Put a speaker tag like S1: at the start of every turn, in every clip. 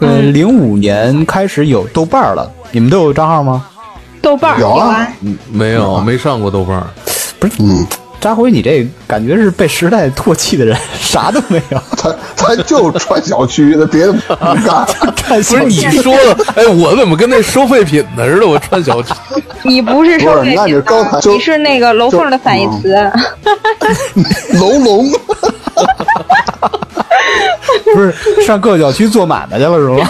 S1: 嗯，零五年开始有豆瓣儿了，你们都有账号吗？
S2: 豆瓣儿
S3: 有啊
S2: 啊，
S4: 没有，没上过豆瓣儿。
S3: 嗯，
S1: 扎辉，你这感觉是被时代唾弃的人， 啥都没有。
S3: 他他就穿小区，他别的不干。
S1: 不
S4: 不是 你 说的，哎，我怎么跟那收废品的似的？我穿小，
S2: 你不是收
S3: 不是
S2: 费
S3: 那你
S2: 品
S3: 是刚
S2: 吧
S3: 才？就
S2: 你是那个楼缝的反义词。
S3: 楼龙，
S1: 不是上各个小区做买卖去了是吗？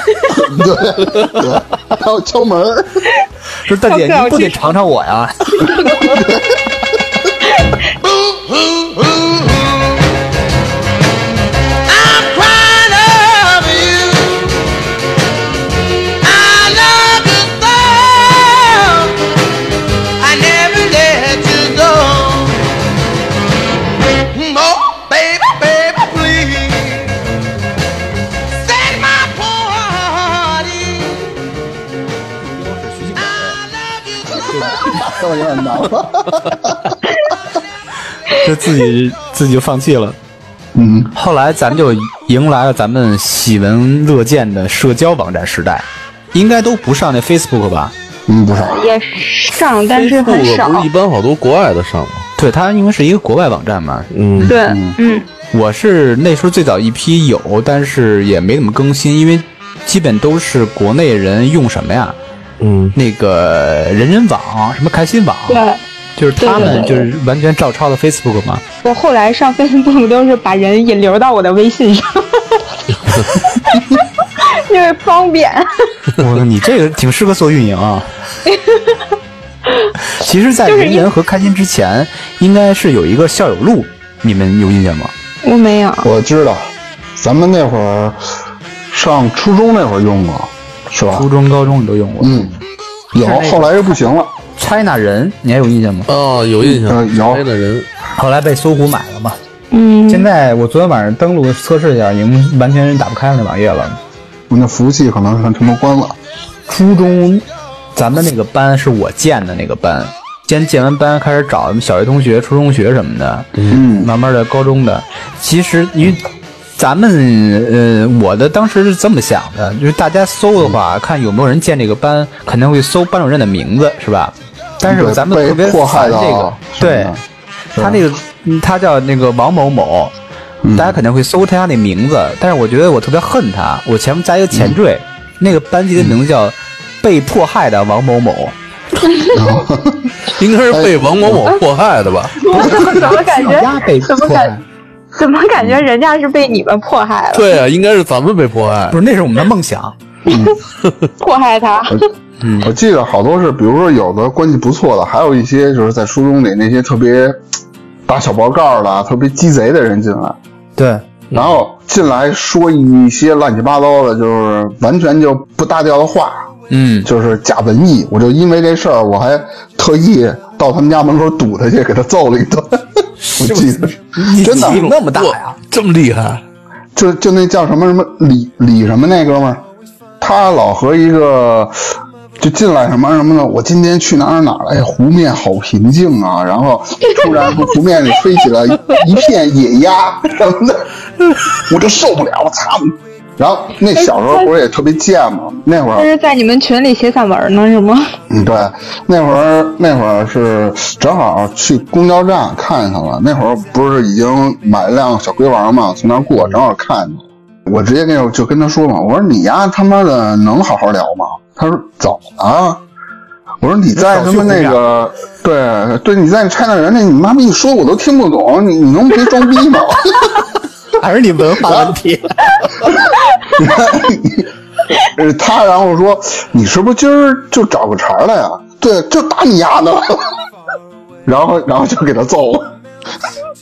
S3: 对对，还有敲门儿，
S1: 不是大姐，
S2: 上
S1: 你
S2: 各小区
S1: 不得尝尝我呀？
S3: 这有点难了。
S1: 就自己自己就放弃了。
S3: 嗯，
S1: 后来咱们就迎来了咱们喜闻乐见的社交网站时代，应该都不上那 Facebook 吧？
S3: 嗯，不是，
S2: 也上，但是很
S4: Facebook
S2: 少
S4: 不。是一般好多国外的上吗？
S1: 对，它因为是一个国外网站嘛。
S4: 嗯，
S2: 对，嗯，
S1: 我是那时候最早一批有，但是也没怎么更新，因为基本都是国内人用什么呀？
S4: 嗯，
S1: 那个人人网、什么开心网，
S2: 对
S1: 就是他们
S2: 对
S1: 就
S2: 对
S1: 是完全照抄了 Facebook 嘛。
S2: 我后来上 Facebook 都是把人引流到我的微信上， 因为方便。
S1: 我你这个挺适合做运营 啊。其实，在
S2: 就是
S1: 人
S2: 因
S1: 人和开心之前，应该是有一个校友录，你们有印象吗？
S2: 我没有，
S3: 我知道，咱们那会儿上初中那会儿用过，是吧
S1: 初？中、高中你都用过。
S3: 哦嗯，有，后来就不行了。
S1: China 人，你还有印象吗？
S4: 哦，有印象，
S3: 嗯有
S4: 拍的人，
S1: 后来被搜狐买了嘛。
S2: 嗯，
S1: 现在我昨天晚上登录测试一下，已经完全打不开那网页了。
S3: 我那服务器可能是全都关了。
S1: 初中，咱们那个班是我建的那个班，先建完班开始找小学同学、初中同学什么的，
S3: 嗯，
S1: 慢慢的高中的。其实因为咱们呃，我的当时是这么想的，就是大家搜的话，看有没有人建这个班，肯定会搜班主任的名字，是吧？但是
S3: 对
S1: 咱们特别
S3: 被迫害
S1: 烦
S3: 的
S1: 这个
S3: 啊，
S1: 对
S3: 是的
S1: 他那个嗯他叫那个王某某，大家肯定会搜他那名字，但是我觉得我特别恨他，我前面加一个前缀，那个班级的名字叫被迫害的王某某，
S4: 应该是被王某某迫害的吧？
S2: 我怎么怎么感觉
S1: 丫被迫
S2: 怎么
S1: 害
S2: 感。怎么感觉人家是被你们迫害
S1: 哎
S2: 了？
S4: 对啊，应该是咱们被迫害
S1: 不。是，那是我们的梦想。
S2: 迫害他，
S3: 嗯
S1: 嗯
S3: 我记得好多是，比如说有的关系不错的，还有一些就是在初中里那些特别打小报告的、特别鸡贼的人进来，
S1: 对，
S3: 然后进来说一些乱七八糟的，就是完全就不搭调的话，
S1: 嗯，
S3: 就是假文艺。我就因为这事儿，我还特意到他们家门口堵他去，给他揍了一顿。 我记得是
S1: 你
S3: 真的
S1: 你那么大呀？
S4: 哇，这么厉害！
S3: 就就那叫什么什么李李什么那哥们儿，他老和一个就进来什么什么的，我今天去哪儿哪儿了？哎，湖面好平静啊！然后突然从湖面里飞起来一片野鸭什么的，我就受不了，我操！然后那小时候不是也特别贱嘛，那会
S2: 他
S3: 儿
S2: 是在你们群里写散文呢，是吗？
S3: 嗯对，那会儿那会儿是正好去公交站看见他了。那会儿不是已经买了辆小龟王嘛，从那儿过，正好看见他了。我直接那会儿就跟他说嘛，我说你呀他妈的能好好聊吗？他说怎么了？我说你在他妈那个，对对，你在 China 人那，你妈逼说我都听不懂，你你能别装逼吗？
S1: 还是你文化问题？
S3: 呃，他然后说你是不是今儿就找个茬儿了呀？对，就打你丫的。 然后然后就给他揍了。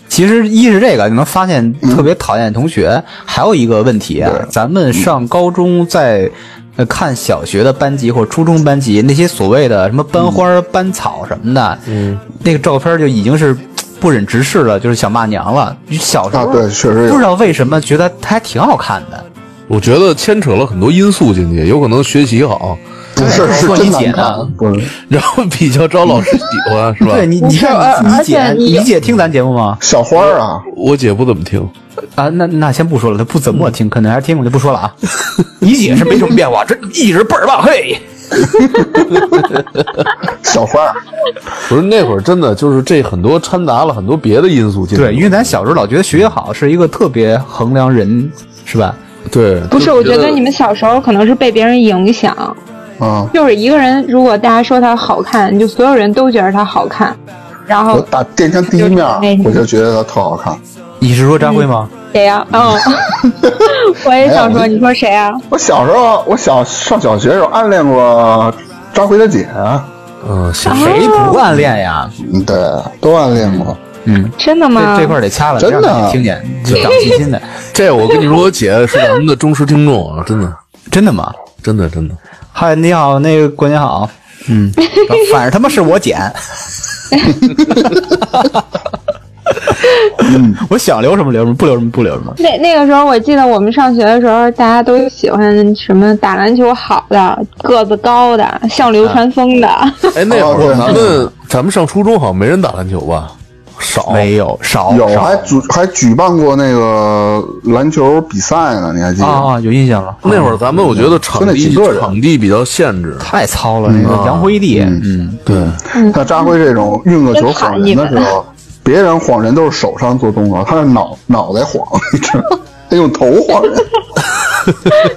S1: 其实一是这个，你能发现特别讨厌的同学，还有一个问题啊，咱们上高中在。呃，看小学的班级或者初中班级那些所谓的什么班花、班草什么的，嗯，那个照片就已经是不忍直视了，就是想骂娘了。小时候、
S3: 啊，对，确实
S1: 不知
S3: 有。
S1: 道为什么觉得他还挺好看的，
S4: 我觉得牵扯了很多因素进去，有可能学习好，
S3: 不是是
S1: 说你
S3: 真
S1: 姐
S3: 难
S1: 呢
S3: 看，不是
S4: 然后比较招老师喜 欢，是吧？
S1: 对你，你
S2: 不是而
S1: 看你
S2: 而
S1: 姐，
S2: 且
S1: 你
S2: 你
S1: 姐听咱节目吗？
S3: 小花儿啊，
S4: 我姐不怎么听，
S1: 啊，那那先不说了，他不
S3: 嗯
S1: 怎么听，可能还是听我就不说了啊。 你姐是没什么变化，这一直倍儿棒，嘿。
S3: 小花儿，
S4: 不是那会儿真的就是这很多掺杂了很多别的因素进来，
S1: 对，因为咱小时候老觉得学习好是一个特别衡量人，是吧？
S4: 对
S2: 不是，
S4: 就
S2: 我觉得你们小时候可能是被别人影响，
S3: 啊，
S2: 就是一个人如果大家说他好看，就所有人都觉得他好看，然
S3: 我
S2: 后
S3: 打电枪第一面儿
S2: 就是那，
S3: 我就觉得他特好看。
S1: 你是说张辉吗？
S2: 谁呀、 嗯，我也想
S3: 哎呀我
S2: 说，你说谁呀、
S3: 我小时候，我小上小学的时候暗恋过张辉的姐，
S4: 嗯行
S1: 谁不暗恋呀？
S3: 嗯，对，都暗恋过。
S1: 嗯，
S2: 真的吗？
S1: 这这块儿得掐了，
S3: 真的
S1: 这样让你听见就长记啊心的，
S4: 这我跟你说，我姐是咱们的忠实听众啊，真的，
S1: 真的吗？
S4: 真的，真的。
S1: 嗨，你好，那个过年好，嗯， 反正他妈是我 捡， 我想留什么留什么，不留什么不留什么。
S2: 那那个时候，我记得我们上学的时候，大家都喜欢什么打篮球好的、个子高的、像流川枫的。
S4: 哎，那会儿
S3: 哦
S4: 咱们咱们上初中好像没人打篮球吧？少，
S1: 没有少
S3: 有
S1: 少
S3: 还举还举办过那个篮球比赛呢，你还记得？吗？
S1: 啊，有印象了，
S4: 那会儿咱们我觉得场
S3: 嗯就那
S4: 地
S3: 几个人
S4: 场地比较限制，
S1: 太糙了，那个杨辉弟，嗯，
S4: 对，
S3: 像扎辉这种运个球
S2: 真
S3: 晃
S2: 惨
S3: 人
S2: 你
S3: 的
S2: 们
S3: 时候，别人晃人都是手上做动作，他是脑脑袋晃， 你知道吗？他用头晃人，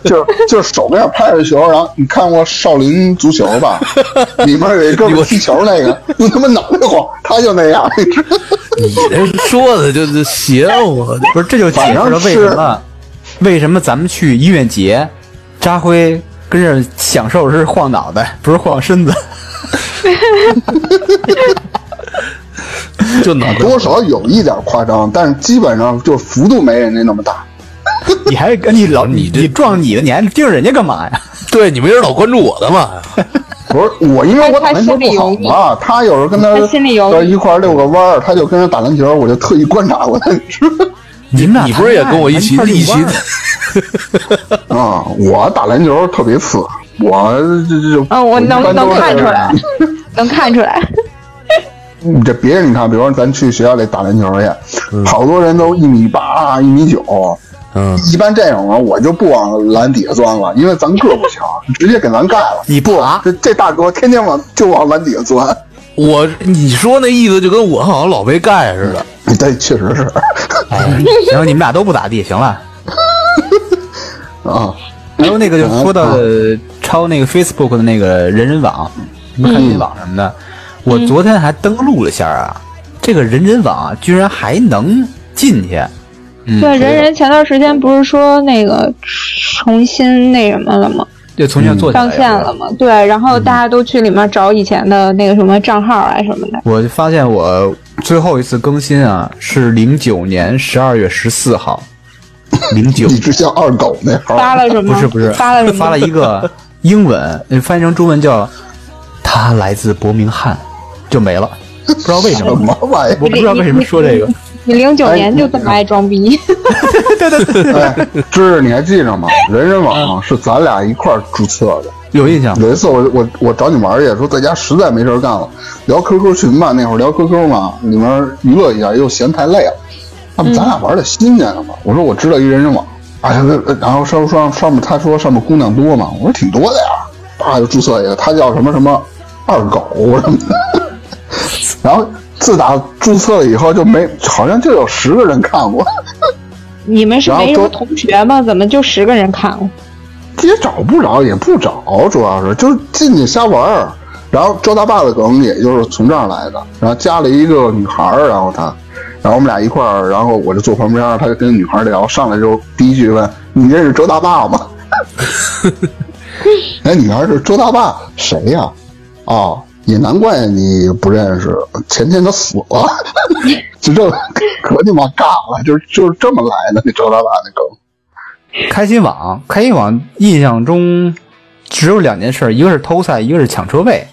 S3: 就是就是手那样拍着球，然后你看过《少林足球》吧？里面有一哥们儿踢球那个，用他妈脑袋晃，他就那样，你知道吗？
S4: 你这说的就是邪乎，
S1: 不是，这就解释了为什么为什么咱们去音乐节，扎辉跟着享受是晃脑袋，不是晃身 子。
S4: 就脑
S3: 多少有一点夸张，但是基本上就是幅度没人家那么大。
S1: 你还跟你老你
S4: 你这
S1: 你撞你的，你还盯着人家干嘛呀？
S4: 对，你没人老关注我的嘛？
S3: 不是我，因为我打篮球不好嘛，他有时候跟他
S2: 他心里有你
S3: 一块儿遛个弯儿，他就跟人打篮球，我就特意观察过他，你知道吗？
S1: 你们俩
S4: 你不是也跟我一起
S1: 谈恋爱
S4: 一起
S1: 还一块儿遛弯儿
S3: 啊，我打篮球特别次，我这这
S2: 嗯，我能能看出。来
S3: 一般都是，
S2: 能看出来。
S3: 你嗯这别人你看，比如说咱去学校里打篮球
S1: 嗯
S3: 去，好多人都一米八、一米九，
S4: 嗯，
S3: 一般这种啊，我就不往篮底下钻了，因为咱个儿不小，直接给咱盖了。
S1: 你不啊？
S3: 这这大哥天天往就往篮底下钻，
S4: 我你说那意思就跟我好像老被盖似的。
S3: 对，确实是
S1: 哎，行，你们俩都不咋地，行了。
S3: 啊。
S1: 还有那个就说到
S4: 嗯
S1: 呃抄那个 Facebook 的那个人人网、什么看运网什么
S4: 嗯
S1: 的，我昨天还登录了一下啊，这个人人网啊居然还能进去。
S3: 嗯
S2: 对，人人前段时间不是说那个重新那什么了吗？
S1: 就重
S4: 嗯
S1: 新做起来
S2: 上线了吗？对，然后大家都去里面找以前的那个什么账号啊什么的。
S1: 我就发现我最后一次更新啊是零九年十二月十四号，零九
S3: 一直像二狗那号
S2: 发
S3: 儿，
S2: 了什
S1: 哦
S2: 么？
S1: 不是不是
S2: 发了什么？
S1: 发了一个英文，呃翻译成中文叫“他来自伯明翰”，就没了，不知道为什
S3: 什
S1: 么，
S3: 么玩意儿？
S1: 我不知道为什么说这个。哎
S2: 你零九年就这么爱装逼，
S3: 哎，芝芝，你还记着吗？人人网是咱俩一块儿注册的。
S1: 有印象，
S3: 有一次我我我找你玩儿去，说在家实在没事儿干了，聊 QQ 群吧，那会儿聊 QQ 嘛，里面娱乐一下，又嫌太累了。那么咱俩玩的新鲜的嘛，我说我知道一人人网，哎呀，那然后上上上面他说上面姑娘多嘛，我说挺多的呀，爸就注册一个，他叫什么什么二狗什么的， 然后自打注册了以后就没，好像就有十个人看过，
S2: 你们是
S3: 然后
S2: 没什么
S3: 都
S2: 同学吗？怎么就十个人看过？
S3: 也找不着，也不找，主要是就是进去瞎玩儿。然后周大爸的梗也就是从这儿来的，然后加了一个女孩儿，然后他，然后我们俩一块儿，然后我就坐旁边儿，他就跟女孩儿聊，上来就第一句问：“你认识周大爸吗？”哎，女孩儿是周大爸谁呀、哦，也难怪你不认识，前天他死了， 就这可你妈尬了，就是就是这么来的那周大爸那梗。
S1: 开心网，开心网印象中只有两件事，一个是偷菜，一个是抢车位。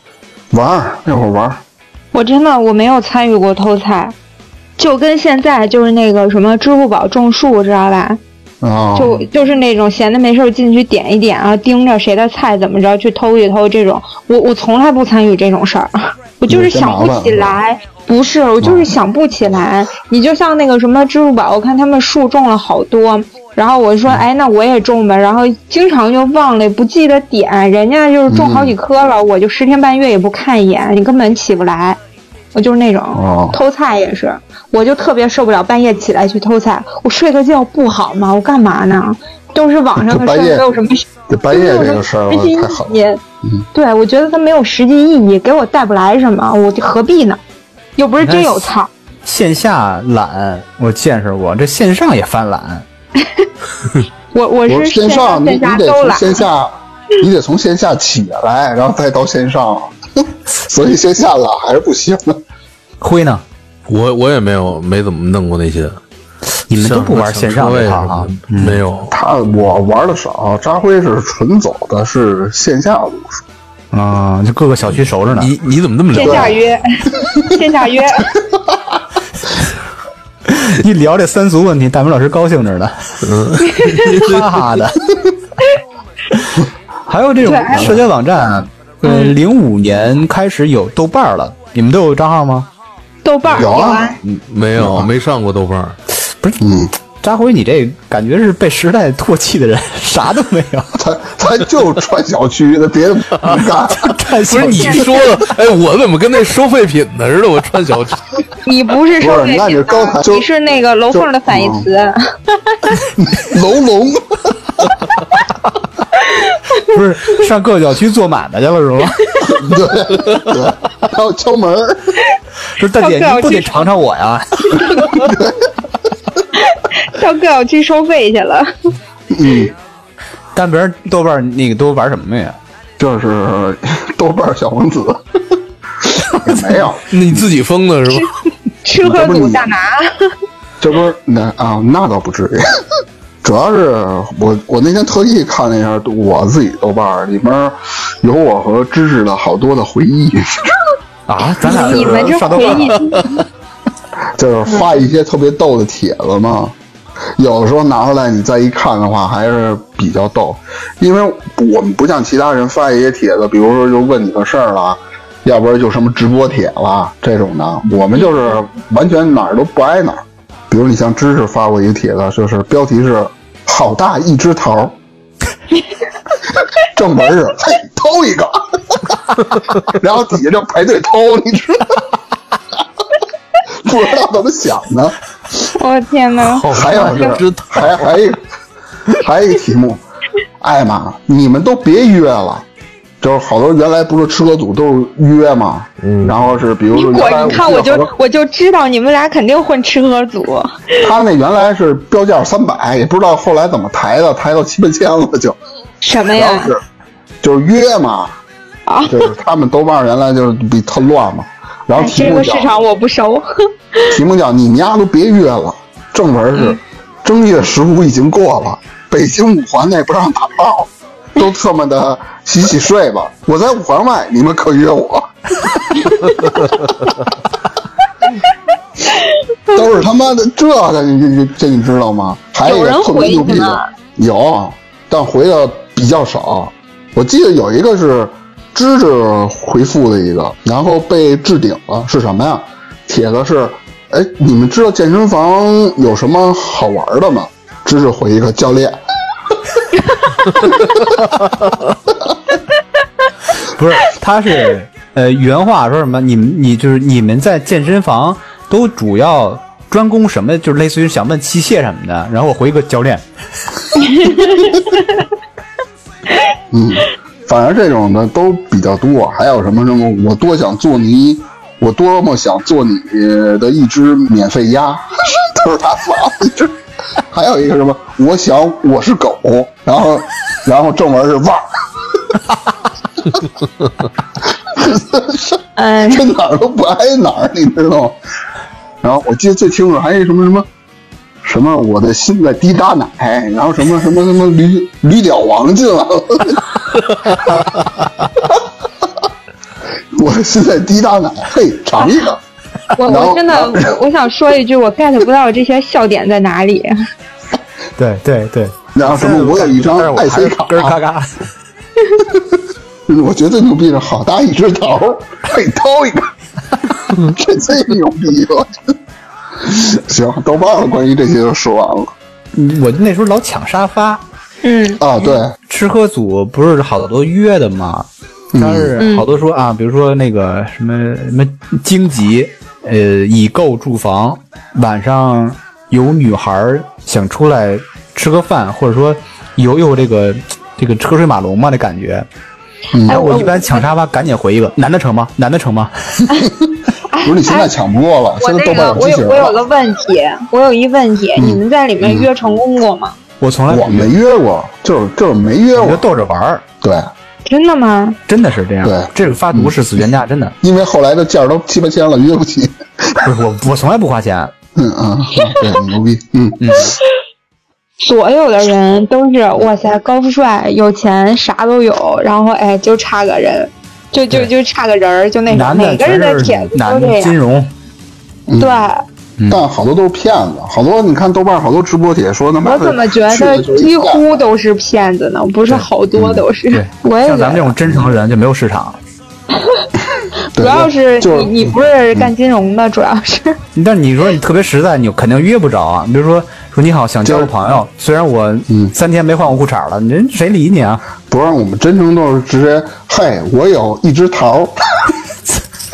S3: 玩儿那会儿玩儿，
S2: 我真的我没有参与过偷菜，就跟现在就是那个什么支付宝种树，知道吧？
S3: 啊，
S2: 就就是那种闲的没事儿进去点一点啊，盯着谁的菜怎么着去偷一偷这种，我我从来不参与这种事儿， 我就是想不起来。不是，我就是想不起来。你就像那个什么支付宝，我看他们数中了好多，然后我说，哎，那我也中吧。然后经常就忘了，不记得点，人家就是中好几颗了，我就十天半月也不看一眼，你根本起不来。我就是那种、
S3: 哦
S2: 偷菜也是，我就特别受不了半夜起来去偷菜。我睡个觉不好吗？我干嘛呢？都是网上的
S3: 半
S2: 事
S3: 夜
S2: 儿，没有什么
S3: 这半夜这个事儿
S2: 没有什么实际
S3: 太嗯狠
S2: 意义。对，我觉得它没有实际意义，给我带不来什么，我就何必呢？又不是真有操，
S1: 线下懒我见识过，这线上也犯懒。
S2: 我我
S3: 我
S2: 是
S3: 线
S2: 上
S3: 你
S2: 线
S3: 你
S2: 下
S3: 得
S2: 都
S3: 从
S2: 懒，
S3: 线下，你得从线下起来，然后再到线上， 所以线下懒还是不行的。
S1: 辉呢？
S4: 嗯我我也没有没怎么弄过那些，
S1: 你们都不玩
S4: 像
S1: 线
S4: 什么
S1: 上
S4: 抢车
S1: 这
S4: 位
S1: 行啊
S4: 什么？的没有，
S3: 他我玩的少，扎辉是纯走的是线下路数，
S1: 啊，就各个小区熟着呢。
S4: 你你怎么那么
S2: 线下
S4: 了解？
S2: 约，线下 约，
S1: 一聊这三俗问题，大明老师高兴着呢，哈哈的。还有这种
S2: 对
S1: 社交网站啊，嗯，零五年开始有豆瓣儿了，你们都有账号吗？
S2: 豆瓣儿
S3: 有啊
S2: 啊，
S4: 没有，没上过豆瓣儿。
S3: 嗯，
S1: 扎辉，你这感觉是被时代唾弃的人，啥都没有。
S3: 他他就穿小区的，别的不 干。
S1: 不
S4: 不是你说的，哎，我怎么跟那收废品的似的？我穿小区，
S2: 你不是收
S3: 不是
S2: 费
S3: 那你
S2: 品
S3: 刚才
S2: 啊，
S3: 就
S2: 你是那个楼
S3: 就嗯
S2: 凤的反义词，
S3: 楼龙，
S1: 不是上各个小区做买卖去了是吗？
S3: 对对，还有敲门儿，
S1: 说大姐，
S2: 上
S1: 你
S2: 各小区
S1: 不得尝尝我呀？
S2: 到各小区收费去了。
S3: 嗯
S1: 但别人豆瓣儿那个都玩什么呀？
S3: 就是豆瓣儿小王子， 也没有。
S4: 你自己封的是吧？
S2: 吃喝赌大拿，
S3: 这不是那啊，那倒不至于， 主要是我我那天特意看了一下我自己豆瓣儿里面有我和芝芝的好多的回忆，
S1: 啊，咱俩
S2: 你
S3: 呃
S2: 们这
S1: 上豆
S2: 回
S1: 瓣
S2: 忆
S1: 儿，
S3: 就是发一些特别逗的帖子嘛。有时候拿出来你再一看的话，还是比较逗，因为我们不像其他人发一些帖子，比如说就问你个事儿啦，要不然就什么直播帖啦这种的，我们就是完全哪儿都不挨哪儿。比如你像芝芝发过一个帖子，就是标题是“好大一只桃儿”，正文是“嘿，偷哎一个”，然后底下就排队偷，你知道吗？不知道怎么想的。
S2: 我天哪！
S3: 哦还有是，还还一个还有一个题目，艾玛，你们都别约了。就是好多原来不是吃喝组都是约嘛，嗯，然后是比如
S2: 你
S3: 说
S2: 果
S3: 原来
S2: 你看我
S3: 记得
S2: 就
S3: 好多
S2: 我就知道你们俩肯定混吃喝组，
S3: 他那原来是标价三百，也不知道后来怎么抬的，抬到七八千了就，
S2: 什么
S3: 然
S2: 哎呀
S3: 后？是就是约嘛，
S2: 啊，
S3: 就是他们豆瓣原来就是比特乱嘛，然后
S2: 哎
S3: 题
S2: 这
S3: 目
S2: 个
S3: 叫
S2: 市场我不熟。
S3: 题目叫你们家都别约了，正文
S2: 嗯
S3: 是正月十五已经过了，北京五环内不让打炮， 都特么的洗洗睡吧，我在五环外，你们可约我。都是他妈的这个，你你这你知道吗？还有一个
S2: 有人
S3: 特别
S2: 回
S3: 牛逼
S2: 你
S3: 的
S2: 吗，
S3: 有，但回的比较少。我记得有一个是芝芝回复的一个，然后被置顶了，是什么呀？帖子是，哎，你们知道健身房有什么好玩的吗？芝芝回一个教练，
S1: 不是，他是呃原话说什么？你们你就是你们在健身房都主要专攻什么？就是类似于想问器械什么的。然后我回一个教练，
S3: 嗯，反正这种的都比较多。还有什么什么，我多想做你，我多么想做你的一只免费鸭， 都是他发的。这还有一个什么，我想我是狗，然后然后正文是汪，
S2: 哎，
S3: 这哪儿都不挨哪儿，你知道吗？然后我记得最清楚，还有一什么什么。什么？我的心在滴答奶，然后什么什么什么驴驴屌王进来了， 我的心在滴答奶，嘿，尝一个。
S2: 我
S3: 然后
S2: 我真的我想说一句，我 get 不到这些笑点在哪里。
S1: 对对对。
S3: 然后什么？我有一张
S1: 但是我
S3: 爱
S1: 还
S3: 妃
S1: 是
S3: 卡，
S1: 咯嘎嘎。
S3: 我觉得最牛逼的，好大一只头，嘿，掏一个。这最牛逼了。 行，豆瓣了，关于这些就说完了
S1: 我那时候老抢沙发，
S2: 嗯，
S3: 啊。对，
S1: 吃喝组不是好多约的嘛，
S3: 嗯
S1: 但是好多说啊，比如说那个什么什么荆棘，呃，已购住房，晚上有女孩儿想出来吃个饭，或者说游游这个这个车水马龙嘛的感觉。
S2: 哎，
S3: 嗯
S1: 然后我一般抢沙发，赶紧回一个，男的成吗？男的成吗？
S3: 不是你现在抢不过了，
S2: 我
S3: 现在
S2: 那
S3: 豆瓣
S2: 个，
S3: 有
S2: 我
S3: 机器
S2: 有我有
S3: 人了。
S2: 个问题，我有一问题，
S3: 嗯
S2: 你们在里面约成功过吗？
S1: 我从来
S3: 我没约过，就是就是没约
S1: 我就
S3: 过。
S1: 逗着玩儿，
S3: 对，
S2: 真的吗？
S1: 真的是这样。
S3: 对嗯
S1: 这个发毒是死原价，真的。
S3: 因为后来的价儿都七八千了，约不起。
S1: 不是我，我从来不花钱。
S3: 嗯啊， 对，牛逼。嗯，
S2: 所有的人都是哇塞，高富帅，有钱，啥都有，然后哎，就差个人，就就
S1: 对
S2: 就差个人儿，就那种，
S1: 男
S2: 哎
S1: 的
S2: 每个
S1: 全
S2: 人的
S1: 是
S2: 帖子都
S1: 男
S2: 这
S1: 的金
S2: 样。
S1: 融，
S2: 对，
S3: 但好多都是骗子，好多你看豆瓣好多直播帖说他妈
S2: 我
S3: 的
S2: 怎么觉
S3: 去了
S2: 得
S3: 就是嗯
S2: 几
S3: 一骗
S2: 乎都是骗子呢？不是好多都是
S1: 对，，
S2: 我
S3: 哎
S2: 也觉
S1: 像咱们这
S2: 得。
S1: 种真诚的人就没有市场。
S2: 主
S3: 子对
S2: 要是
S3: 就嗯
S2: 你你不是干金融的，主要是
S1: 但你说你特别实在，你肯定约不着啊。比如说说你好，想交个
S3: 就是
S1: 朋友，虽然我
S3: 嗯
S1: 三天没换过裤衩了，人谁理你啊？
S3: 不让我们真诚都是直接，嘿，我有一只桃，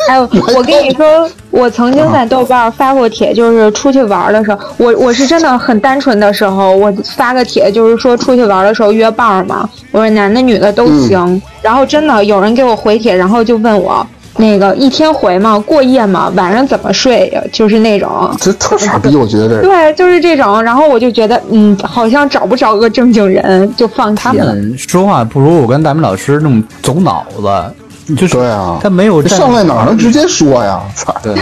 S2: 哎， 我跟你说，我曾
S3: 嗯
S2: 经在豆瓣儿发过帖，就是出去玩儿的时候，我我是真的很单纯的时候，我发个帖，就是说出去玩儿的时候约伴儿嘛，我说男的女的都
S3: 嗯
S2: 行。然后真的有人给我回帖，然后就问我那个一天回吗？过夜吗？晚上怎么睡呀？就是那种。
S3: 这特傻逼，我觉得这个。
S2: 对，就是这种，然后我就觉得，嗯，好像找不着个正经人，就放
S1: 他
S2: 弃了。
S1: 们说话不如我跟大明老师那种走脑子，就是
S3: 对啊
S1: 他没有
S3: 这
S1: 站
S3: 上来哪儿能直接说呀？操，
S1: 对，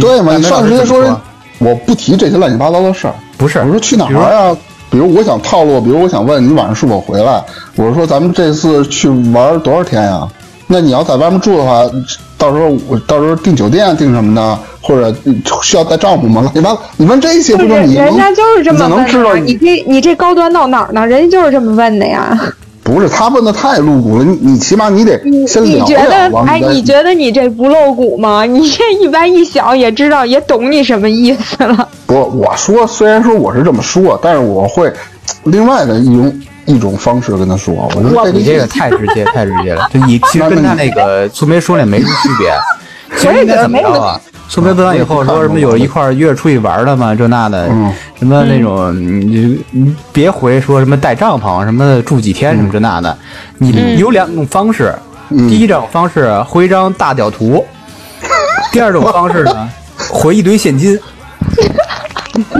S3: 对吗？
S1: 嗯
S3: 你上来直接说
S1: 咱们
S3: 人，我不提这些乱七八糟的事儿。
S1: 不是
S3: 我说去哪儿啊？比如我想套路，比如我想问你晚上是否回来，我说咱们这次去玩多少天呀、那你要在外面住的话，到时候我到时候订酒店啊订什么的，或者需要带帐篷吗？乱七八糟，你问这些
S2: 就
S3: 不
S2: 是
S3: 是你
S2: 人
S3: 能
S2: 家就是这
S3: 你
S2: 么
S3: 能
S2: 问
S3: 知道
S2: 的，你这你这高端到哪儿呢？人家就是这么问的呀。
S3: 不是他问的太露骨了，你你起码你得
S2: 你
S3: 先
S2: 你
S3: 聊
S2: 觉
S3: 聊
S2: 得
S3: 完
S2: 哎，
S3: 再
S2: 你觉得你这不露骨吗？你这一般一想也知道，也懂你什么意思了。
S3: 不，我说虽然说我是这么说，但是我会另外的一种一种方式跟他说，我就说
S1: 你这
S3: 这
S1: 个
S3: 个
S1: 太直接，太直接 了。就你其实跟他那 个苏梅说那没什么区别。其实应该怎么着啊？苏梅问完以后说什么有一块儿约着出去玩的嘛，这那的
S3: 嗯，
S1: 什么那种嗯你你别回说什么带帐篷什么的住几天什么这那的，你有两种方式。第一种方式回一张大屌图，第二种方式 呢回一堆现金。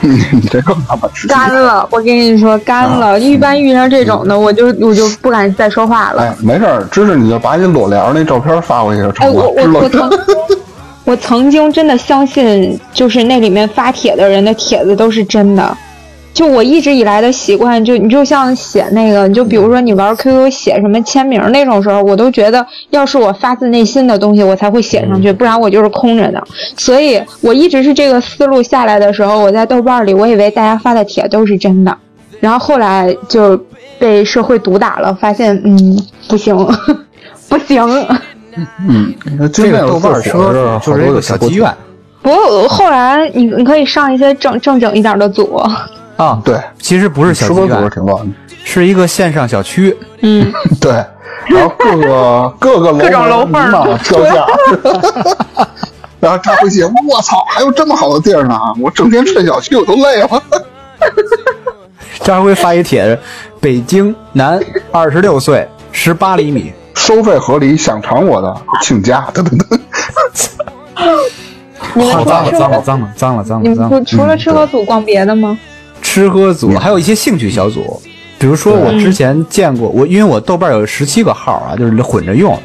S3: 你这个他妈直接。
S2: 干了，我跟你说干
S3: 啊
S2: 了。一般遇上这种的，我就我就不敢再说话了。
S3: 哎，没事儿，芝芝你就把你裸聊那照片发过去就
S2: 哎，
S3: 成
S2: 我
S3: 了，知
S2: 我我
S3: 道
S2: 曾
S3: 吗？
S2: 经我曾经真的相信，就是那里面发帖的人的帖子都是真的。就我一直以来的习惯，就你就像写那个，你就比如说你玩 QQ 写什么签名那种时候，我都觉得要是我发自内心的东西，我才会写上去，不然我就是空着的。所以我一直是这个思路下来的时候，我在豆瓣里，我以为大家发的帖都是真的，然后后来就被社会毒打了，发现嗯不行， 不行。
S3: 嗯，
S1: 这
S3: 这
S1: 个豆瓣儿说就是一个小妓院
S2: 不过后来你你可以上一些正正经一点的组，
S1: 啊，
S3: 对，
S1: 其实不是小
S3: 吃
S1: 妓
S3: 播组织
S1: 院，
S3: 挺乱的，
S1: 是一个线上小区。
S2: 嗯，
S3: 对，然后各个 各个楼
S2: 各种楼缝儿
S3: 满
S2: 都
S3: 票价。 然后扎回去，我操，还有这么好的地儿呢！我整天睡小区，我都累了。
S1: 张辉发一帖子：北京男，二十六岁，十八厘米。
S3: 收费合理，想尝我的，请假。噔噔噔。
S2: 你们
S1: 好
S2: 除
S1: 脏
S2: 了
S1: 了，
S2: 吃
S1: 脏了，
S2: 喝，
S1: 脏了，脏了，脏
S2: 你
S1: 了，脏
S2: 们
S1: 了。
S2: 除除了吃喝组逛别的吗？
S1: 吃喝组
S2: 嗯
S1: 还有一些兴趣小组，比如说我之前见过我，因为我豆瓣有十七个号啊，就是混着用。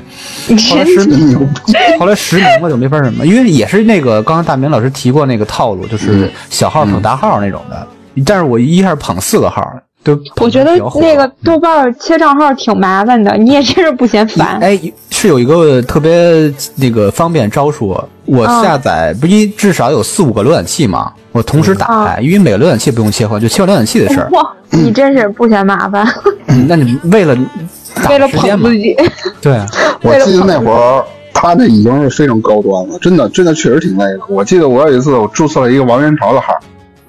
S2: 你
S1: 后来
S2: 真
S1: 实
S3: 牛逼！
S1: 后来实名了就没法什么，因为也是那个刚才大明老师提过那个套路，就是
S2: 嗯
S1: 小号捧大号那种的。但是我一下捧四个号，就
S2: 我觉得那个豆瓣儿切账号挺麻烦的，你也真是不嫌烦。
S1: 哎，是有一个特别那个方便招数，我
S2: 嗯
S1: 下载不一至少有四五个浏览器嘛，我同时打
S2: 嗯
S1: 开，因为每个浏嗯览器不用切换，就切换浏览器的事儿。
S2: 哇，你真是不嫌麻烦。
S1: 嗯那你为了
S2: 为了
S1: 时间
S2: 捧
S1: 嘛
S2: 自己，
S1: 对啊，
S3: 我记得那会儿他这已经是非常高端了，真的真的确实挺那个。我记得我有一次我注册了一个王元朝的号，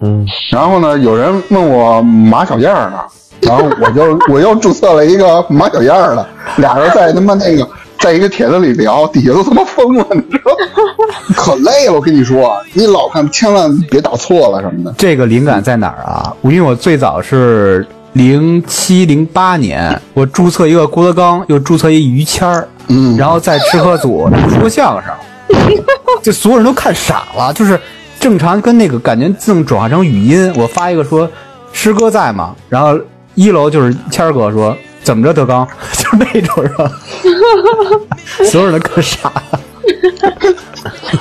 S4: 嗯，
S3: 然后呢有人问我马小燕儿呢，然后我就我又注册了一个马小燕儿的，俩人在他妈那个在一个帖子里聊，底下都他妈疯了，你知道吗？可累了，我跟你说，你老看千万别打错了什么的。
S1: 这个灵感在哪儿啊？因为我最早是零七零八年，我注册一个郭德纲，又注册一于谦儿，
S3: 嗯
S1: 然后在吃喝组说相声，就所有人都看傻了，就是正常跟那个感觉自动转化成语音，我发一个说师哥在吗？然后一楼就是谦儿哥说怎么着德纲， 就是那种人，所有人都看傻了，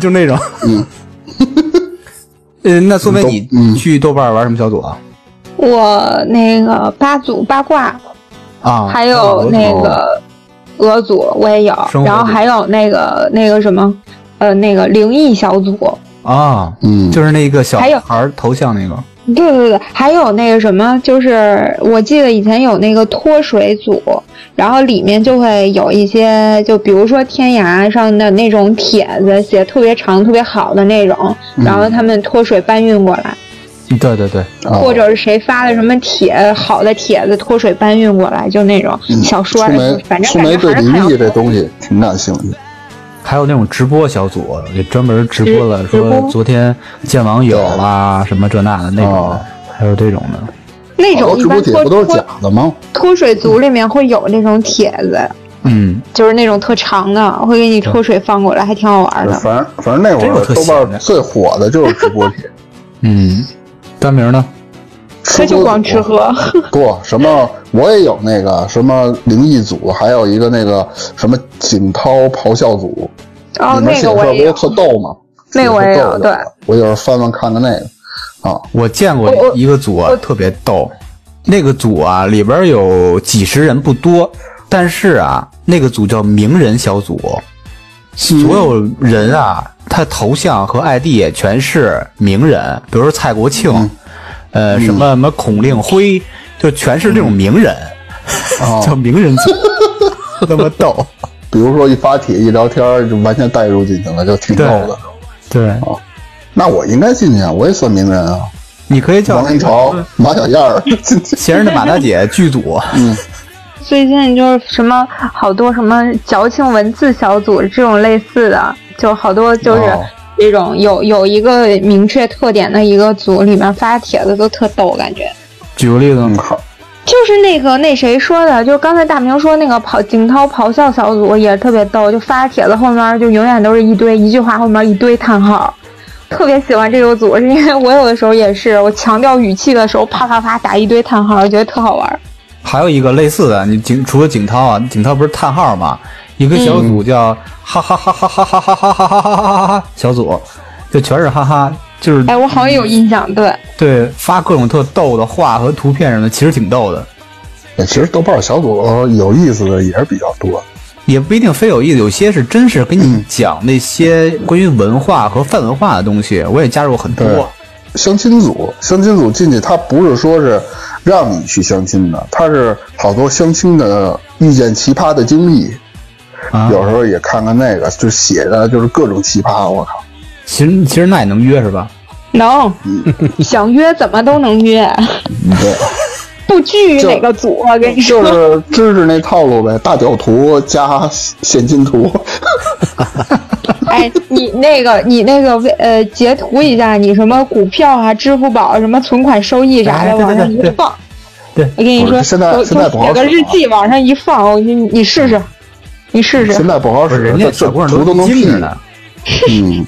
S1: 就那种。嗯呃，那苏菲，你去豆瓣玩什么小组啊？
S2: 我那个八组八卦，
S1: 啊，
S2: 还有那个俄组我也有
S1: 生，活
S2: 然后
S1: 组
S2: 还有那个那个什么，呃，那个灵异小组，
S1: 啊，
S3: 嗯，
S1: 就是那个小
S2: 还有
S1: 孩儿头像那个
S2: 对对对，还有那个什么，就是我记得以前有那个脱水组，然后里面就会有一些，就比如说天涯上的那种帖子，写特别长、特别好的那种，
S3: 嗯
S2: 然后他们脱水搬运过来，
S1: 嗯对对对，
S3: 哦
S2: 或者是谁发的什么帖好的帖子，脱水搬运过来，就那种小说
S3: 苏
S2: 儿，
S3: 梅
S2: 反正
S3: 苏
S2: 感
S3: 梅
S2: 觉
S3: 对
S2: 还是
S3: 灵
S2: 很
S3: 异
S2: 有
S3: 这东西挺感兴趣。
S1: 还有那种直播小组，也专门直播了，
S2: 直直播
S1: 说昨天见网友啦，什么这那的那种的
S3: 哦，
S1: 还有这种的。
S2: 那
S3: 好
S2: 种一
S3: 多哦直播
S2: 般
S3: 姐
S2: 脱
S3: 不都是假
S2: 脱
S3: 的吗？
S2: 脱水组里面会有那种帖子，
S1: 嗯，
S2: 就是那种特长的，会给你脱水放过来，还挺好玩的。
S3: 反正反正那会
S1: 真有
S3: 儿
S1: 特
S3: 豆
S1: 闲的
S3: 瓣最火的就是直 播帖，
S1: 嗯，单明呢？
S2: 他就光吃喝。
S3: 不什么，我也有那个什么灵异组，还有一个那个什么锦涛咆哮组，
S2: 哦，
S3: 里
S2: 那
S3: 面写
S2: 个
S3: 的
S2: 我
S3: 事儿不
S2: 也
S3: 是
S2: 有，
S3: 特逗吗？
S2: 那个我也
S3: 写
S2: 有
S3: 的特逗
S2: 对
S3: 我有时候翻翻看看那 个啊，
S1: 我见过
S2: 我我
S1: 一个组啊，特别逗。那个组啊，里边有几十人不多，但是啊，那个组叫名人小组，所有人啊，他头像和 ID 也全是名人，比如说蔡国庆，呃，什么什么孔令辉，就全是这种名人，
S3: 哦
S1: 叫名人组，那么逗。
S3: 比如说一发帖一聊天儿就完全带入进去了，就挺逗的
S1: 对。对，
S3: 那我应该进去啊，我也算名人啊，
S1: 你可以叫
S3: 王一潮、
S2: 嗯
S3: 马小燕儿 进去。
S1: 闲人的马大姐剧组，
S2: 最近就是什么好多什么矫情文字小组这种类似的，就好多就是
S3: 哦
S2: 这种有有一个明确特点的一个组里面发帖子都特逗，感觉。
S1: 举个例子
S3: 嗯，
S1: 吗？
S3: 好，
S2: 就是那个那谁说的，就是刚才大明说那个跑景涛咆哮小组也特别逗，就发帖子后面就永远都是一堆一句话后面一堆叹号，特别喜欢这个组，是因为我有的时候也是，我强调语气的时候啪啪啪打一堆叹号，觉得特好玩。
S1: 还有一个类似的，你景除了景涛啊，景涛不是叹号嘛？一个小组叫哈哈哈哈哈哈哈哈哈哈哈哈哈小组，就全是哈哈，就是
S2: 哎，我好像有印象，对，
S1: 对发各种特逗的话和图片什么的，其实挺逗的，
S3: 也哎其实豆瓣小组呃有意思的也是比较多。
S1: 也不一定非有意思，有些是真是跟你讲那些关于文化和泛文化的东西，我也加入很
S3: 对
S1: 多。
S3: 相亲组，相亲组进去，他不是说是让你去相亲的，他是好多相亲的遇见奇葩的经历，
S1: 啊，
S3: 有时候也看看那个，就写的就是各种奇葩，我靠，
S1: 其实其实那也能约是吧？
S2: 能、
S3: 嗯
S2: 想约怎么都能 约，
S3: 对，
S2: 不拘于
S3: 就
S2: 哪个组，我跟你说。
S3: 就是知识那套路呗，大屌图加现金图，
S2: 哎，你那个，你那个微呃，截图一下你什么股票啊、支付宝什么存款收益啥
S1: 哎
S2: 的，
S1: 对对
S2: 往上
S1: 对
S2: 一
S1: 对
S2: 放。
S1: 对
S2: 我跟你
S3: 不
S2: 说，
S3: 是现在
S2: 就
S3: 现在
S2: 就
S3: 不好
S2: 写个
S3: 使
S2: 日
S3: 了啊
S2: 记往上一放，我你你试试，你试试
S3: 现。在不好
S1: 不
S3: 使，
S1: 是，人家
S3: 这
S1: 小姑娘
S3: 图都能 P
S1: 精着呢。
S3: 嗯，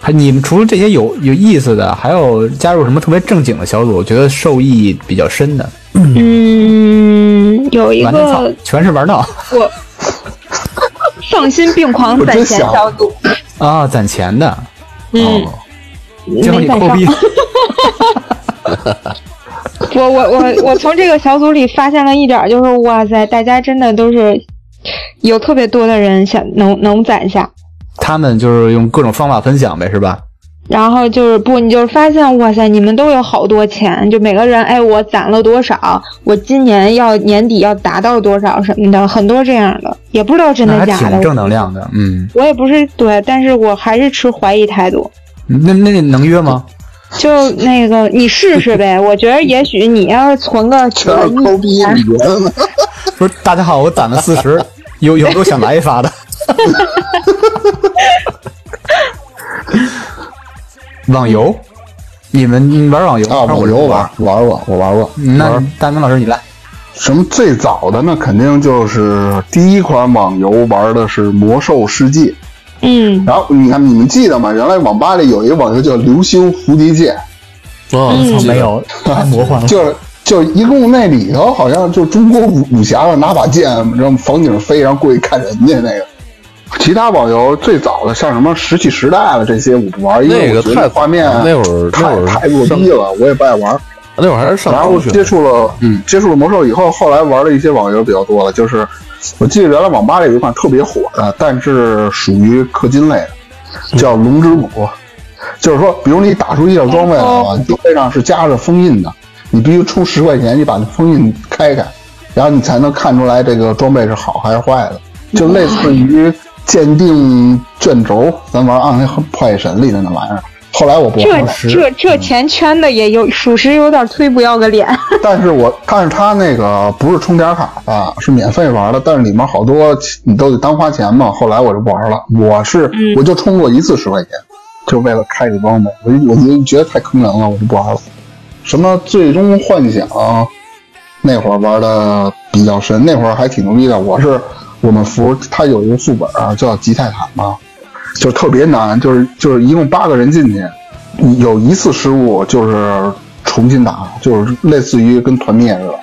S1: 还你们除了这些有有意思的，还有加入什么特别正经的小组，我觉得受益比较深的。
S2: 嗯，有一
S1: 玩闹草
S2: 个
S1: 全是玩闹
S2: 我丧心病狂
S3: 我
S2: 攒
S3: 真
S2: 钱
S3: 想
S2: 小组，
S1: 啊，攒钱的，
S2: 嗯，
S3: 哦
S1: 教
S2: 没
S1: 你
S2: 攒
S1: 抠
S2: 上
S1: 逼。。
S2: 我我我我从这个小组里发现了一点儿，就是哇塞，大家真的都是有特别多的人想能能攒下，
S1: 他们就是用各种方法分享呗，是吧？
S2: 然后就是不，你就是发现，哇塞，你们都有好多钱，就每个人，哎，我攒了多少，我今年要年底要达到多少什么的，很多这样的，也不知道真
S1: 那
S2: 的
S1: 还
S2: 假的。
S1: 挺正能量的，嗯，
S2: 我也不是对，但是我还是持怀疑态度。
S1: 那那那能约吗？
S2: 就那个，你试试呗。我觉得也许你要是存 个几
S3: 全
S2: 个
S3: 是抠逼，
S2: 亿，
S3: 你觉得呢？
S1: 说大家好，我攒了四十，有有没有想来一发的？网游，你们玩网游
S3: 啊，网游玩。玩过，我玩过。
S1: 那
S3: 玩
S1: 大明老师你来，
S3: 什么最早的那肯定就是第一款网游玩的是《魔兽世界》，
S2: 嗯，
S3: 然后你看你们记得吗？原来网吧里有一个网游叫《流星蝴蝶剑
S4: 啊，
S2: 嗯
S4: 记得，
S1: 有，太魔幻》，了。
S3: 就是就一共那里头好像就中国武武侠吧，拿把剑，然后房顶飞，然后过去看人家那个。其他网游最早的像什么《石器时代》了这些我不玩，因为
S4: 那
S3: 我
S4: 个
S3: 觉
S4: 太
S3: 得画面
S4: 那会儿那
S3: 太
S4: 会儿
S3: 太弱
S4: 上
S3: 逼了，我也不爱玩。
S4: 那会儿还是上
S3: 然后
S4: 中学
S3: 接触了，嗯，接触了魔兽以后，后来玩了一些网游比较多了。就是我记得原来网吧里有一款特别火的，但是属于氪金类的，叫《龙之谷》。就是说，比如你打出一件装备来了，装备上是加着封印的，你必须充十块钱，你把那封印开开，然后你才能看出来这个装备是好还是坏的。就类似于鉴定卷轴，咱玩《暗黑破坏神》里的那玩意儿。后来我不玩
S2: 这
S3: 了。
S2: 这这钱圈的也有，属实有点忒不要个脸。
S3: 但是我但是它那个不是充点卡的，是免费玩的，但是里面好多你都得单花钱嘛。后来我就不玩了，我是、我就充过一次十块钱，就为了开这装备，我就我就觉得太坑人了，我就不玩了。什么最终幻想，那会儿玩的比较深，那会儿还挺牛逼的。我是我们服，它有一个副本、啊、叫吉泰坦嘛，就是特别难，就是就是一共八个人进去，有一次失误就是重新打，就是类似于跟团灭似的。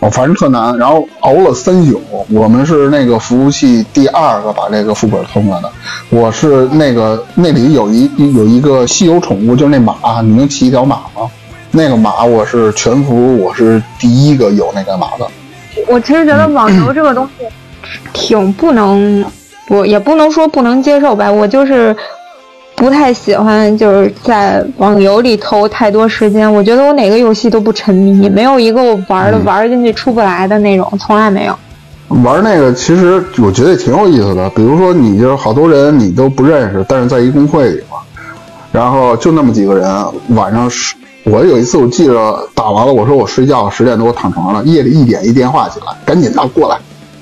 S3: 我反正特难，然后熬了三宿。我们是那个服务器第二个把这个副本通了的。我是那个那里有一有一个稀有宠物，就是那马，啊你能骑一条马吗？那个马我是全服，我是第一个有那个马的。
S2: 我其实觉得网游这个东西挺不能，我也不能说不能接受吧，我就是不太喜欢就是在网游里投太多时间。我觉得我哪个游戏都不沉迷，没有一个我玩的、玩进去出不来的那种，从来没有。
S3: 玩那个其实我觉得挺有意思的，比如说你就是好多人你都不认识，但是在一公会里嘛，然后就那么几个人，晚上睡，我有一次我记着打完了，我说我睡觉十点多我躺床上了，夜里一点一电话起来，赶紧的过来，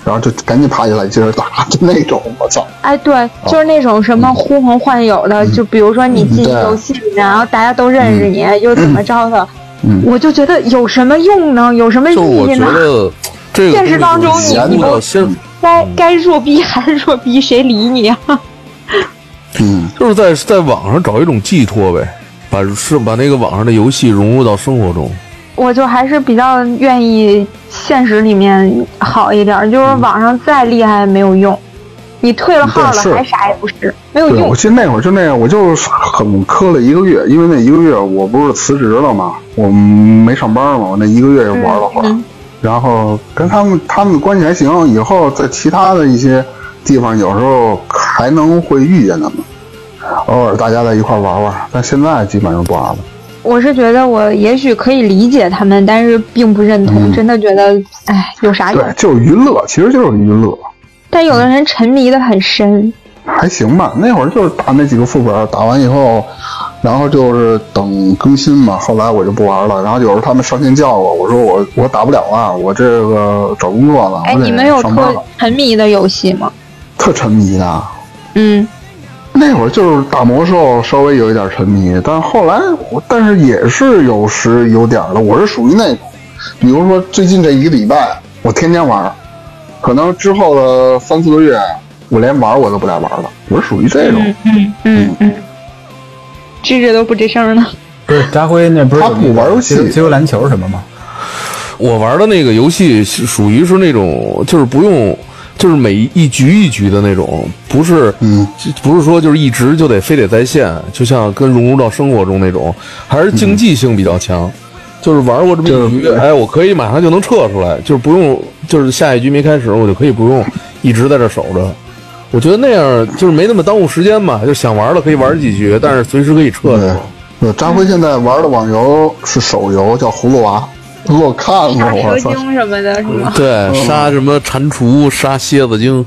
S3: 然后就赶紧爬起来接着打，就那种我操，
S2: 哎，
S3: 哦
S2: 对，就是那种什么呼朋唤友的，就比如说你进
S3: 嗯对
S2: 游戏里面，然后大家都认识你，又怎么着的，
S3: 嗯
S2: 我就觉得有什么用呢？有什么意
S4: 就我
S2: 义
S4: 觉
S2: 呢？
S4: 得这个
S2: 现实当中
S4: 东西
S3: 你
S4: 不到先
S2: 该该弱逼还是弱逼，谁理你啊？
S3: 嗯，
S4: 就是在在网上找一种寄托呗，把是把那个网上的游戏融入到生活中。
S2: 我就还是比较愿意现实里面好一点儿，就是网上再厉害也没有用，你退了号了
S3: 嗯对是
S2: 还啥也不是，没有
S3: 对，我
S2: 用。
S3: 记得那会儿就那样，我就是很磕了一个月，因为那一个月我不是辞职了嘛，我没上班嘛，我那一个月玩了会
S2: 嗯
S3: 儿，然后跟他们他们关系还行，以后在其他的一些地方有时候还能会遇见他们，偶尔大家在一块儿玩玩，但现在基本上不玩了。
S2: 我是觉得我也许可以理解他们，但是并不认
S3: 嗯
S2: 同，真的觉得哎有啥用
S3: 对？，就是娱乐，其实就是娱乐，
S2: 但有的人沉迷的很深，
S3: 还行吧。那会儿就是打那几个副本，打完以后，然后就是等更新嘛。后来我就不玩了。然后有时候他们上线叫我，我说我我打不了啊，我这个找工作了，
S2: 哎，
S3: 我
S2: 你们有
S3: 得上班
S2: 特
S3: 了，
S2: 沉迷的游戏吗？
S3: 特沉迷的。
S2: 嗯，
S3: 那会儿就是打魔兽稍微有一点沉迷，但后来我但是也是有时有点儿的。我是属于那种，比如说最近这一个礼拜我天天玩儿，可能之后的三四个月我连玩儿我都不带玩儿了。我是属于这种。
S2: 嗯嗯，智智都不吱声呢。
S1: 不是扎辉那不
S3: 他不玩游戏
S1: 接球篮球什么吗？
S4: 我玩的那个游戏是属于是那种，就是不用，就是每一局一局的那种，不是，
S3: 嗯，
S4: 不是说就是一直就得非得在线，就像跟融入到生活中那种，还是竞技性比较强。就是玩过这么一局，哎，我可以马上就能撤出来，就是不用，就是下一局没开始，我就可以不用一直在这守着。我觉得那样就是没那么耽误时间吧，就想玩了可以玩几局，但是随时可以撤
S3: 对
S4: 的。，
S3: 对，张辉现在玩的网游是手游，叫《葫芦娃》，给我看
S2: 杀
S3: 了，
S2: 蛇
S3: 我
S4: 嗯
S3: 操！
S2: 精什么的，是吗？
S4: 对，杀什么蟾蜍，杀蝎子精，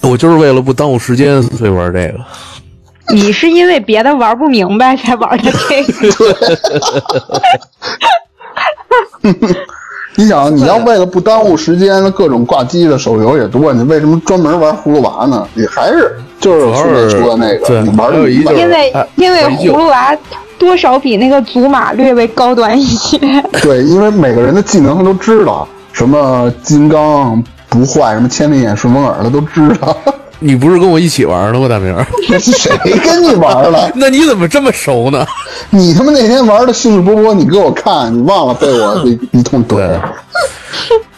S4: 我就是为了不耽误时间，所以玩这个。
S2: 你是因为别的玩不明白才玩的这 个？
S3: 你想，你要为了不耽误时间，各种挂机的手游也多，你为什么专门玩葫芦娃呢？你还是就是
S4: 主
S3: 书
S4: 要
S3: 里
S4: 是
S3: 说的那
S4: 对
S3: 个，你玩
S4: 还有
S3: 的
S4: 一就是
S2: 因为
S4: 哎
S2: 因为
S4: 怀旧
S2: 葫芦娃多少比那个祖玛略微高端一些。
S3: 对，因为每个人的技能他都知道，什么金刚不坏，什么千里眼顺风耳，他都知道。
S4: 你不是跟我一起玩的吗，大明儿？
S3: 谁跟你玩了？
S4: 那你怎么这么熟呢？
S3: 你他妈那天玩的兴致勃勃，你给我看，你忘了被 我一一通怼
S4: 对，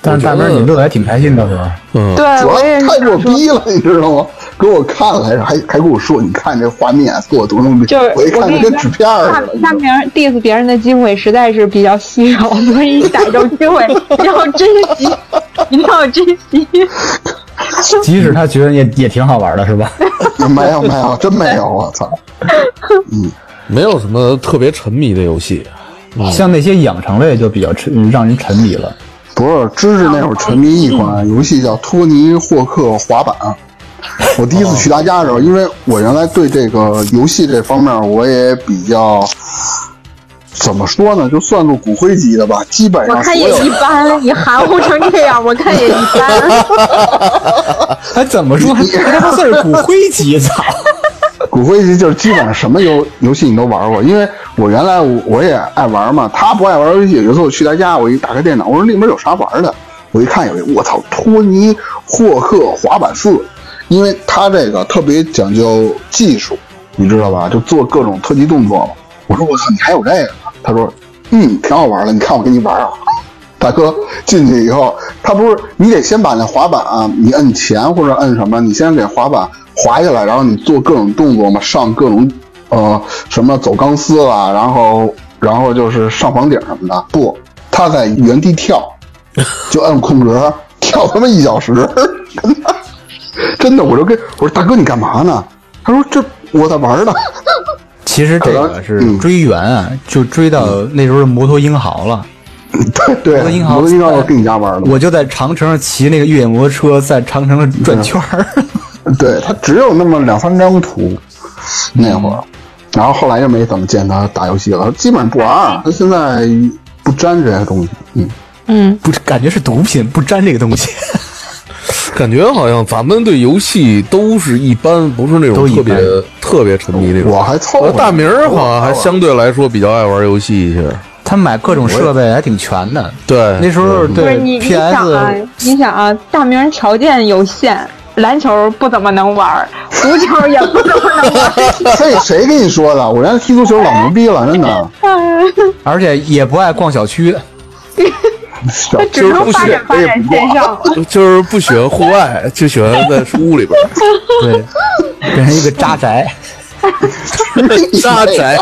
S1: 但是大明儿你乐得还挺开心的是吧？
S2: 对，
S3: 主要
S2: 哎我也是
S3: 太给我
S2: 想说，
S3: 逼了，你知道吗？给我看了，还还还跟我说，你看这画面做的多牛逼，
S2: 就是
S3: 我一
S2: 我
S3: 看
S2: 跟
S3: 就
S2: 你
S3: 跟
S2: 说
S3: 纸片儿似的你知
S2: 大
S3: 道吗。
S2: 明 diss 别人的机会实在是比较稀少，所以逮着机会要珍惜，一定要珍惜。
S1: 即使他觉得也也挺好玩的是吧？
S3: 没有没有，真没有，我操！
S4: 没有什么特别沉迷的游戏，
S1: 像那些养成类就比较沉，让人沉迷了。
S3: 不是，芝芝那会儿沉迷一
S2: 哦
S3: 款游戏叫托尼霍克滑板。我第一
S2: 哦
S3: 次去他家的时候，因为我原来对这个游戏这方面我也比较怎么说呢，就算作骨灰级的吧，基本
S2: 我
S3: 上所
S2: 看也
S3: 有
S2: 一般，你含糊成这样，我看也一般。
S1: 还哎怎么 说？还他妈算是骨灰级操！
S3: 骨灰级就是基本上什么游游戏你都玩过，因为我原来我我也爱玩嘛，他不爱玩游戏，有一次我去他家，我一打开电脑，我说里面有啥玩的，我一看有一我操托尼霍克滑板四，因为他这个特别讲究技术，你知道吧？就做各种特技动作嘛。我说我操，你还有这个？他说嗯，挺好玩的，你看我跟你玩啊。大哥进去以后，他不是你得先把那滑板、啊，你摁前或者摁什么，你先给滑板滑下来，然后你做各种动作嘛，上各种呃什么走钢丝啦，然后然后就是上房顶什么的。不，他在原地跳，就摁空格跳他妈一小时， 真的真的，我就跟我说大哥你干嘛呢？他说这我在玩呢。
S1: 其实这个是追源啊，就追到那时候的摩托英豪了。
S3: 对对，啊
S1: 摩托英豪
S3: 我都应该要跟你家玩了。
S1: 我就在长城上骑那个越野摩托车，在长城上转圈儿。
S3: 对他只有那么两三张图，
S1: 嗯
S3: 那会儿，然后后来就没怎么见他打游戏了，基本上不玩
S1: 嗯
S3: 儿。他现在不沾这些东西，嗯，
S2: 嗯，
S1: 不是，感觉是毒品，不沾这个东西。
S4: 感觉好像咱们对游戏都是一般，不是那
S1: 都
S4: 种
S1: 一
S4: 特别
S1: 般
S4: 特别沉迷那种。
S3: 我还凑合。
S4: 呃大明儿好像还相对来说比较爱玩游戏一些。
S1: 他买各种设备还挺全的。
S4: 对，
S1: 那时候
S2: 不是
S1: 对
S2: 你你想啊
S1: PS，，
S2: 你想啊，大明条件有限，篮球不怎么能玩，足球也不怎么能玩。
S3: 这 谁跟你说的？我原来踢足球老牛逼了，真的。
S1: 而且也不爱逛小区。
S3: 小
S2: 只能发展发展线上。
S4: 就是不喜欢户外，就喜欢在屋里边儿
S1: 对，变成一个渣宅。
S4: 扎宅。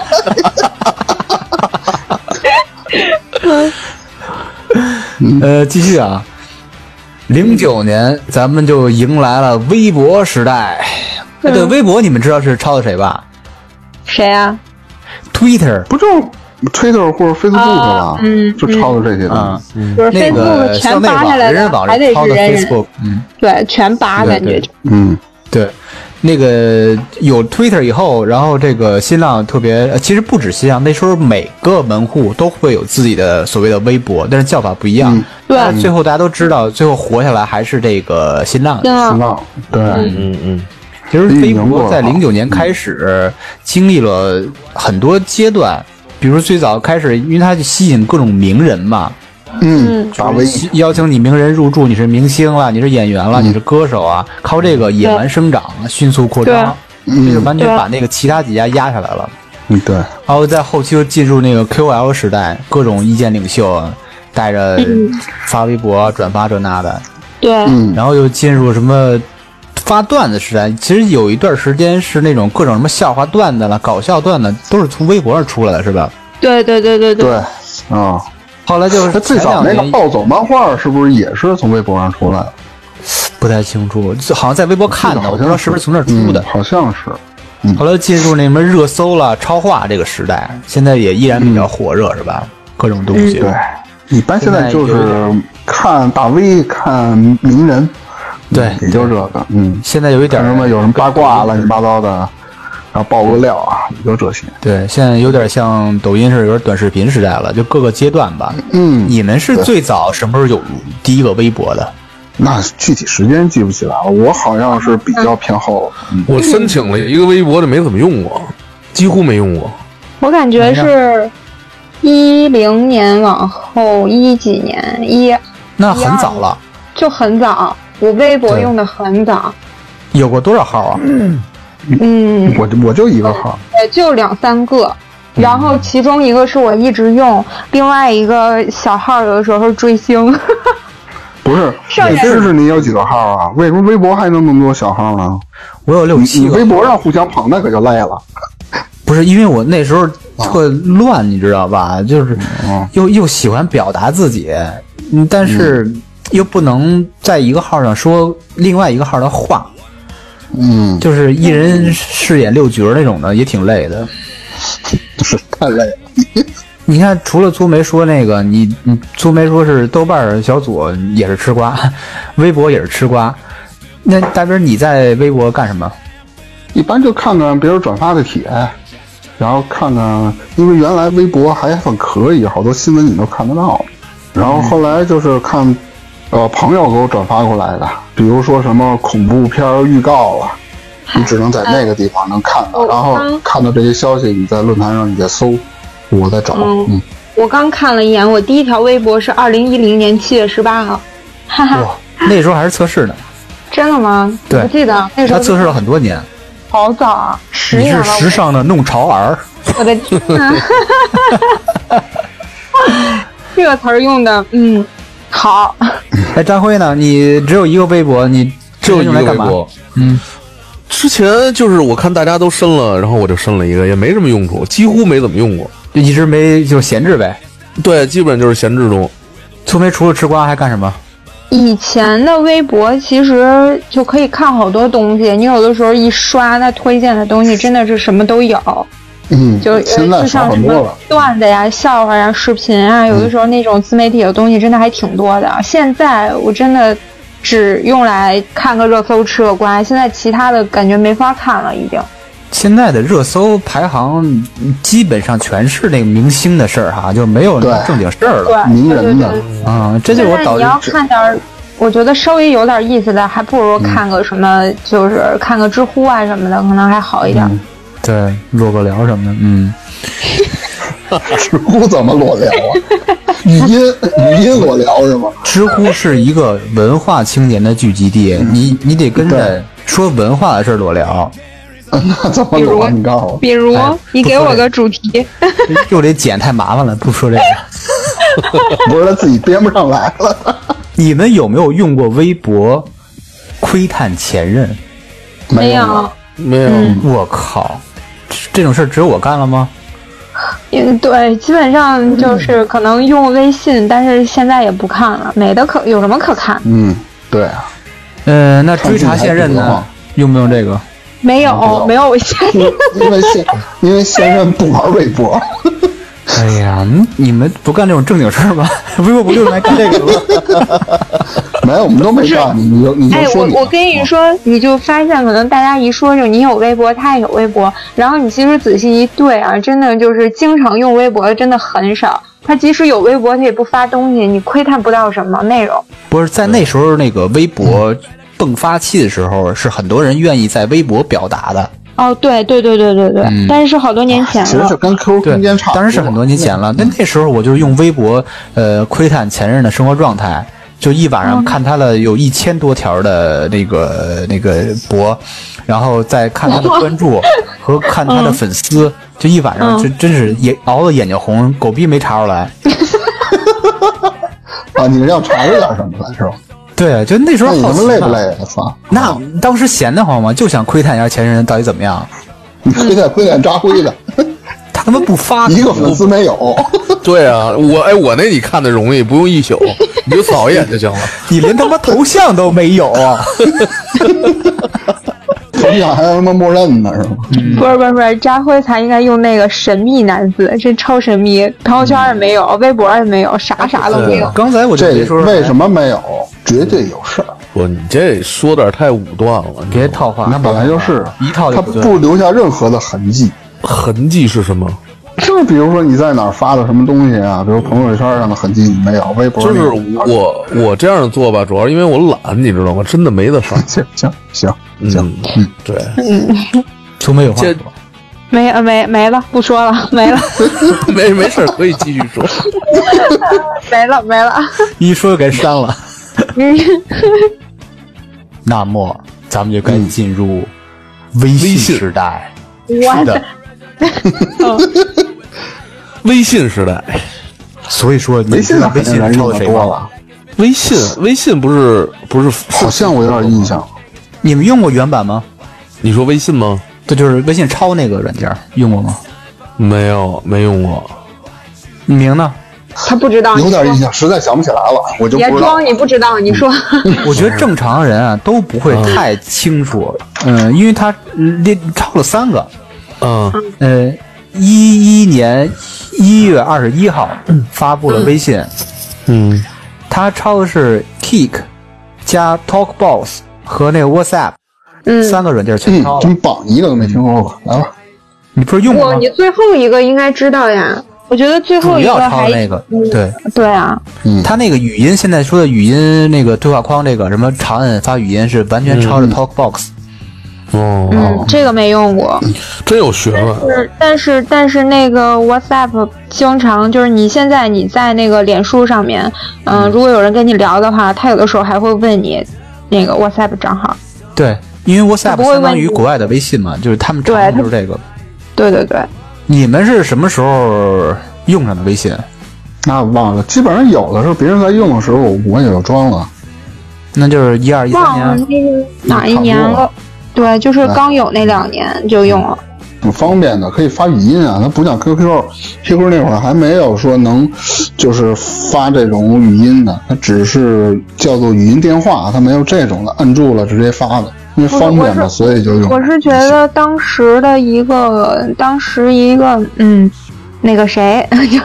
S2: 嗯
S1: 呃，继续啊。零九年，咱们就迎来了微博时代。
S2: 嗯
S1: 哎对，微博你们知道是抄的谁吧
S2: 谁啊？
S1: ？Twitter
S3: 不就是 Twitter 或者 Facebook 吧
S2: 啊？嗯
S3: 就抄的这些东
S1: 啊
S3: 西。，
S2: 就是
S1: 那个校
S2: Facebook 全
S1: 内
S2: 扒下
S1: 网、
S2: 来
S1: 人
S2: 的
S1: 人，网
S2: 还得
S1: 是抄
S2: 是
S1: 的
S2: 人人。
S1: Facebook。嗯，
S2: 对，全扒
S1: 对
S2: 感
S1: 对
S2: 觉
S1: 对
S2: 就
S3: 嗯，
S1: 对，那个有 Twitter 以后，然后这个新浪特别，呃其实不止新浪，那时候每个门户都会有自己的所谓的微博，但是叫法不一样。
S3: 嗯
S2: 对
S1: 但是最后大家都知道，最后活下来还是这个新浪。
S2: 真的
S3: 新浪对，
S4: 嗯嗯，
S1: 其实微博在零九年开始经历了很多阶段，比如说最早开始，因为它就吸引各种名人嘛，
S3: 嗯，打微
S1: 吸邀请你名人入驻，你是明星了，你是演员
S3: 嗯
S1: 了，你是歌手啊，靠这个野蛮生长，啊迅速扩张，
S3: 啊
S1: 这就完全把那个其他几家压下来了。
S3: 嗯对，
S1: 然后在后期又进入那个 QL 时代，各种意见领袖啊带着发微博、啊转发这那的，
S2: 对，
S3: 嗯
S1: 然后又进入什么发段子时代。其实有一段时间是那种各种什么笑话段子了、搞笑段子，都是从微博上出来的，是吧？
S2: 对对对对
S3: 对啊。
S1: 后来就是
S3: 他最
S1: 前
S3: 早
S1: 两
S3: 那
S1: 年
S3: 个暴走漫画是不是也是从微博上出来的？
S1: 不太清楚，就好像在微博看的，我不知道是不是从那儿出
S3: 嗯
S1: 的。嗯
S3: 好像是，
S1: 后来进入那什么热搜了、超话这个时代，现在也依然比较火热，是吧？各种东西。
S3: 嗯对，一般现在就
S1: 现在
S3: 是看大 V 看名人，
S1: 对
S3: 也就这个，嗯，
S1: 现在有一点
S3: 看
S1: 儿
S3: 什么有什么八卦乱七八糟的，然后爆个料啊，也就这些。
S1: 对，现在有点像抖音是有点短视频时代了，就各个阶段吧。
S3: 嗯
S1: 你们是最早什么时候有第一个微博的？
S3: 那具体时间记不起来了，我好像是比较偏后，嗯，
S4: 我申请了一个微博，就没怎么用过，几乎没用过。
S2: 我感
S1: 哎
S2: 觉是一零年往后一几年一
S1: 那很早了，
S2: 就很早，我微博
S1: 对
S2: 用的很早，
S1: 有过多少号啊？
S2: 嗯，
S3: 我就我就一个号，
S2: 也就两三个。然
S1: 嗯
S2: 后其中一个是我一直用，另外一个小号有的时候追星，
S3: 不是，
S2: 剩
S3: 你
S2: 下
S3: 试试你有几个号啊？为什么微博还能那么多小号呢？
S1: 我有六
S3: 你
S1: 七
S3: 嗯微
S1: 个，
S3: 博上互相捧，那可就累了。
S1: 不是因为我那时候
S3: 哦
S1: 特乱，你知道吧？就是
S3: 嗯
S1: 又又喜欢表达自己，嗯但是又不能在一个号上说另外一个号的话，
S3: 嗯，
S1: 就是一人饰演六角那种的，也挺累的。
S3: 是太累了。
S1: 你看，除了粗梅说那个，你你粗梅说是豆瓣儿小组也是吃瓜，微博也是吃瓜。那大斌儿，你在微博干什么？
S3: 一般就看看别人转发的帖，然后看看，因为原来微博还很可以，好多新闻你都看得到。然后后来就是看，呃，朋友给我转发过来的，比如说什么恐怖片儿预告了，你只能在那个地方能看到。
S2: 嗯
S3: 然后看到这些消息，你在论坛上你再搜，我再找。
S2: 嗯
S3: 嗯，
S2: 我刚看了一眼，我第一条微博是二零一零年七月十八号，哈哈，
S1: 哇，那时候还是测试呢，
S2: 真的吗？
S1: 对
S2: 不记得那时
S1: 他
S2: 候
S1: 测试了很多年。
S2: 好早啊，十
S1: 你
S2: 年
S1: 是
S2: 了，
S1: 时尚的弄潮儿，
S2: 我的天啊呐！ 这个词儿用的，嗯，好，
S1: 哎，张辉呢？你只有一个微博，你
S4: 只有一
S1: 用
S4: 个
S1: 来干
S4: 微
S1: 嘛？
S4: 博。
S1: 嗯，
S4: 之前就是我看大家都申了，然后我就申了一个，也没什么用处，几乎没怎么用过。
S1: 就一直没就闲置呗。
S4: 对，基本就是闲置中。
S1: 粗梅除了吃瓜还干什么？
S2: 以前的微博其实就可以看好多东西，你有的时候一刷，它推荐的东西真的是什么都有，
S3: 嗯，
S2: 就呃
S3: 现在
S2: 就
S3: 少
S2: 像什
S3: 很多
S2: 么
S3: 了。嗯
S2: 段子呀、笑话呀、视频啊，有的时候那种自媒体的东西真的还挺多的。现在我真的只用来看个热搜、吃个瓜，现在其他的感觉没法看了，已经。
S1: 现在的热搜排行基本上全是那个明星的事儿哈，就没有那种
S3: 对
S1: 正经事儿
S2: 对
S1: 了。，
S3: 名
S2: 对对
S3: 人
S2: 对
S3: 的
S1: 啊、这就是
S2: 现
S1: 我
S2: 在
S1: 导
S2: 你
S1: 致
S2: 要看点儿，我觉得稍微有点意思的，还不
S3: 嗯
S2: 如看个什么，就是看个知乎啊什么的，可能还好一点。
S3: 嗯
S1: 对裸个聊什么的，嗯，
S3: 知乎怎么裸聊啊？ 语音语音裸聊是吗？
S1: 知乎是一个文化青年的聚集地，你你得跟着说文化的事儿裸聊，
S3: 那怎么裸啊？你告诉我。
S2: 比如、
S1: 哎
S2: 你给我个主题，
S1: 又得剪，太麻烦了，不说这个。
S3: 不是他自己编不上来了。
S1: 你们有没有用过微博窥探前任？
S2: 没
S3: 有
S2: 有，，
S4: 没有，
S1: 我靠，这种事儿只有我干了吗？
S2: 嗯，对，基本上就是
S3: 嗯
S2: 可能用微信，但是现在也不看了，没的可有什么可看？
S3: 嗯，对啊，
S1: 嗯、那追查现任
S3: 看自己还不如
S1: 呢
S3: 啊？
S1: 用不用这个？
S2: 没
S3: 嗯
S2: 有，没有，我现在
S3: 因为现因为现任不玩微博，
S1: 哎呀，你你们不干这种正经事儿吗？微 博不就是来干这个的吗？
S3: 没有我们都没干，你就你就
S2: 哎，
S3: 说
S2: 我
S3: 你吧。啊
S2: 我跟你说，你就发现可能大家一说就你有微博，他也有微博，然后你其实仔细一对啊，真的就是经常用微博的真的很少。他即使有微博，他也不发东西，你窥探不到什么内容。
S1: 不是在那时候那个微博迸发期的时候，是很多人愿意在微博表达的。
S2: 哦，对对对对对对，
S1: 嗯
S2: 但是好多年前
S3: 啊其实
S2: 了
S3: 就。跟 QQ
S1: 对
S3: 空间，差不多，
S1: 当然是很多年前了。那那时候我就是用微博，呃，窥探前任的生活状态，就一晚上看他的有一千多条的那个那个博，然后再看他的关注和看他的粉
S3: 哦
S1: 丝，就一晚上
S2: 嗯
S1: 就真是也熬得眼睛红，狗逼没查出来。
S3: 啊！你是要查着点什 么来是吧？
S1: 对，就那时
S3: 那
S1: 候
S3: 你他
S1: 好
S3: 妈
S1: 奇嘛
S3: 累不累？啊？操！
S1: 那当时闲得慌嘛，就想窥探一下前任到底怎么样。嗯
S3: 你亏待亏待扎灰的，
S1: 他他妈不发，
S3: 一个粉丝没有。
S4: 对啊，我哎，我那你看的容易，不用一宿，你就扫一眼就行了。
S1: 你连他妈头像都没有 啊！
S3: 头像还是他妈默认的是吗？
S1: 嗯
S2: 不是不是不是，扎辉才应该用那个神秘男字，这超神秘，朋友圈也没有，微博也没有，啥啥都没有。
S1: 刚才我就
S3: 啊这
S1: 没说，
S3: 为什么没有？绝对有事儿，
S4: 不，你这说点太武断了。
S1: 别套话？
S3: 那本来就是
S1: 一套就
S3: 他
S1: 不啊对
S3: 不留下任何的痕迹。
S4: 痕迹是什么？
S3: 就比如说你在哪儿发的什么东西啊，比如朋友圈上的痕迹没有，微博
S4: 就
S3: 里
S4: 是我我这样做吧，主要因为我懒，你知道吗？真的没得上。
S3: 行行行行，
S4: 嗯，对，
S1: 从没有话
S4: 这
S1: 说。
S2: 没呃没没了，不说了，没了
S4: 没没事儿，可以继续说。
S2: 没了没了。
S1: 一说就给删了。
S2: 嗯，
S1: 那么咱们就该进入微
S4: 微
S1: 信
S4: 信
S1: 时代。
S2: 我
S1: 是
S2: 的
S1: 的，
S4: 微信时代，
S1: 所以说你
S3: 微
S1: 知
S3: 信
S1: 道
S3: 的
S1: 微信
S3: 人
S1: 抄
S3: 用
S1: 的
S3: 的
S1: 谁
S3: 多啊
S1: 吗？
S3: 了，
S4: 微信微信不是不是
S3: 好像我有点印象。
S1: 你们用过原版吗？
S4: 你说微信吗？
S1: 这就是微信抄那个软件，用过吗？
S4: 没有，没用过。
S1: 你明呢？
S2: 他不知道，
S3: 有
S2: 啊你
S3: 点
S2: 说
S3: 印象，实在想不起来了，我就
S2: 别
S3: 不知道
S2: 装，。你不知道，你说
S1: 我觉得正常人啊都不会太清楚，嗯，因为他嗯列抄了三个，
S4: 嗯
S1: 呃，一一年一月二十一号发布了微信，
S4: 嗯
S1: 他抄的是 Kick 加 TalkBox 和那个 WhatsApp
S2: 嗯，
S1: 三个软件全抄
S3: 嗯，
S1: 了
S3: 真。棒，你一个都没听说过，来吧。
S1: 你不是用过
S2: 我
S1: 吗
S2: 你？最后一个应该知道呀。我觉得最后
S1: 主
S2: 一
S1: 要
S2: 个
S1: 抄
S2: 还
S1: 那个，
S2: 嗯
S1: 对
S2: 对啊，
S3: 嗯，
S1: 他那个语音现在说的语音那个对话框，这个什么长按发语音是完全抄着 TalkBox。
S4: 哦，
S2: 嗯，这个没用过。
S4: 真有学问。
S2: 是，但是但是那个 WhatsApp 经常就是你现在你在那个脸书上面，嗯、如果有人跟你聊的话，他有的时候还会问你那个 WhatsApp 账号。
S1: 对，因为
S2: 它
S1: WhatsApp
S2: 不会
S1: 相当
S2: 问
S1: 于
S2: 你
S1: 国外的微信嘛，就是他们抄的
S2: 对它
S1: 就是这个。
S2: 对对对，
S1: 你们是什么时候用上的微信？
S3: 那忘了，基本上有的时候别人在用的时候，我也就装了。
S1: 那就是一二一三
S2: 忘了
S1: 年。啊
S2: 那个哪一年
S3: 差不多
S2: 了
S3: 了。
S2: 对，就是刚有那两年就用了。
S3: 挺方便的，可以发语音啊。它不像 QQ，QQ 那会儿还没有说能，就是发这种语音的，它只是叫做语音电话，它没有这种的，摁住了直接发的。因为方便嘛，
S2: 我
S3: 所以就用。
S2: 我是觉得当时的一个，当时一个，嗯，那个谁， 就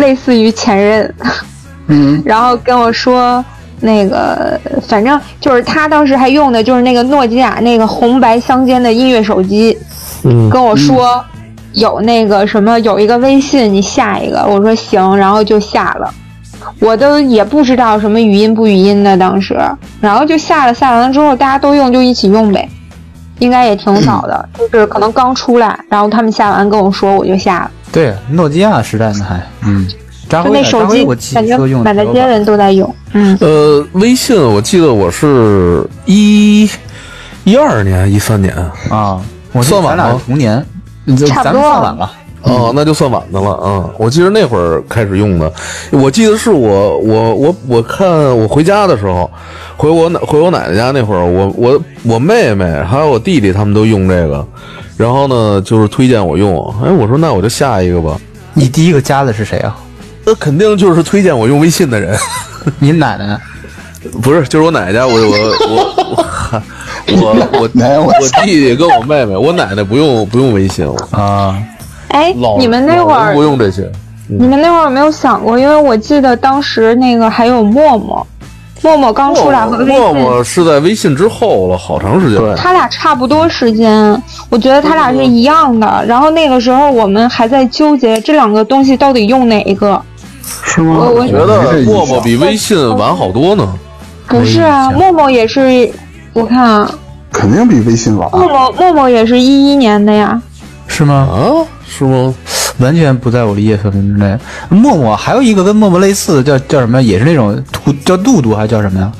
S2: 类似于前任，
S3: 嗯，
S2: 然后跟我说那个，反正就是他当时还用的就是那个诺基亚那个红白相间的音乐手机，
S4: 嗯
S2: 跟我说有那个什么有一个微信，你下一个，我说行，然后就下了。我都也不知道什么语音不语音的，当时，然后就下了，下完了之后大家都用就一起用呗，应该也挺早的，就是可能刚出来，然后他们下完跟我说我就下了，
S1: 对，诺基亚时代呢还嗯。扎
S2: 就
S1: 辉
S2: 那
S1: 呢，
S2: 手
S1: 扎辉
S2: 机
S1: 我记
S2: 感觉
S1: 说用的
S2: 满大
S1: 时候
S2: 街人都在用，嗯。
S4: 呃，微信我记得我是一一二年、一三年，
S1: 啊，我记得
S4: 算晚
S1: 咱俩
S4: 吗
S1: 是同年，咱
S2: 差不
S1: 咱们
S2: 多
S1: 算晚了。
S4: 哦，那就算晚的了啊！我记得那会儿开始用的，我记得是我我我我看我回家的时候，回我奶回我奶奶家那会儿，我我我妹妹还有我弟弟他们都用这个，然后呢就是推荐我用，哎，我说那我就下一个吧，
S1: 你第一个加的是谁啊？
S4: 那肯定就是推荐我用微信的人，
S1: 你奶奶？
S4: 不是就是我奶奶家，我我我我我 我
S3: 来我
S4: 我弟弟跟我妹妹，我奶奶不用不用微信，我
S1: 啊，
S2: 哎
S4: 老，
S2: 你们那
S4: 老
S2: 会
S4: 人
S2: 儿
S4: 不，用这些，
S2: 你们那会儿有没有想过？因为我记得当时那个还有陌陌，陌陌刚出来和微
S4: 陌
S2: 信，
S4: 陌是在微信之后了，好长时间。对
S2: 他俩差不多时间，我觉得他俩是一样的。然后那个时候我们还在纠结这两个东西到底用哪一个。
S3: 是吗？
S2: 我我
S4: 觉
S3: 没这啊
S4: 得
S3: 印象
S4: 陌陌比微信晚好多呢。
S2: 不是啊，陌陌也是，我看啊，
S3: 肯定比微信晚。啊
S2: 陌陌陌陌也是一一年的呀。
S1: 是吗？
S4: 啊，是吗？
S1: 完全不在我理解范围之内。陌陌还有一个跟陌陌类似的，叫叫什么？也是那种兔，叫杜杜，还是叫什么呀？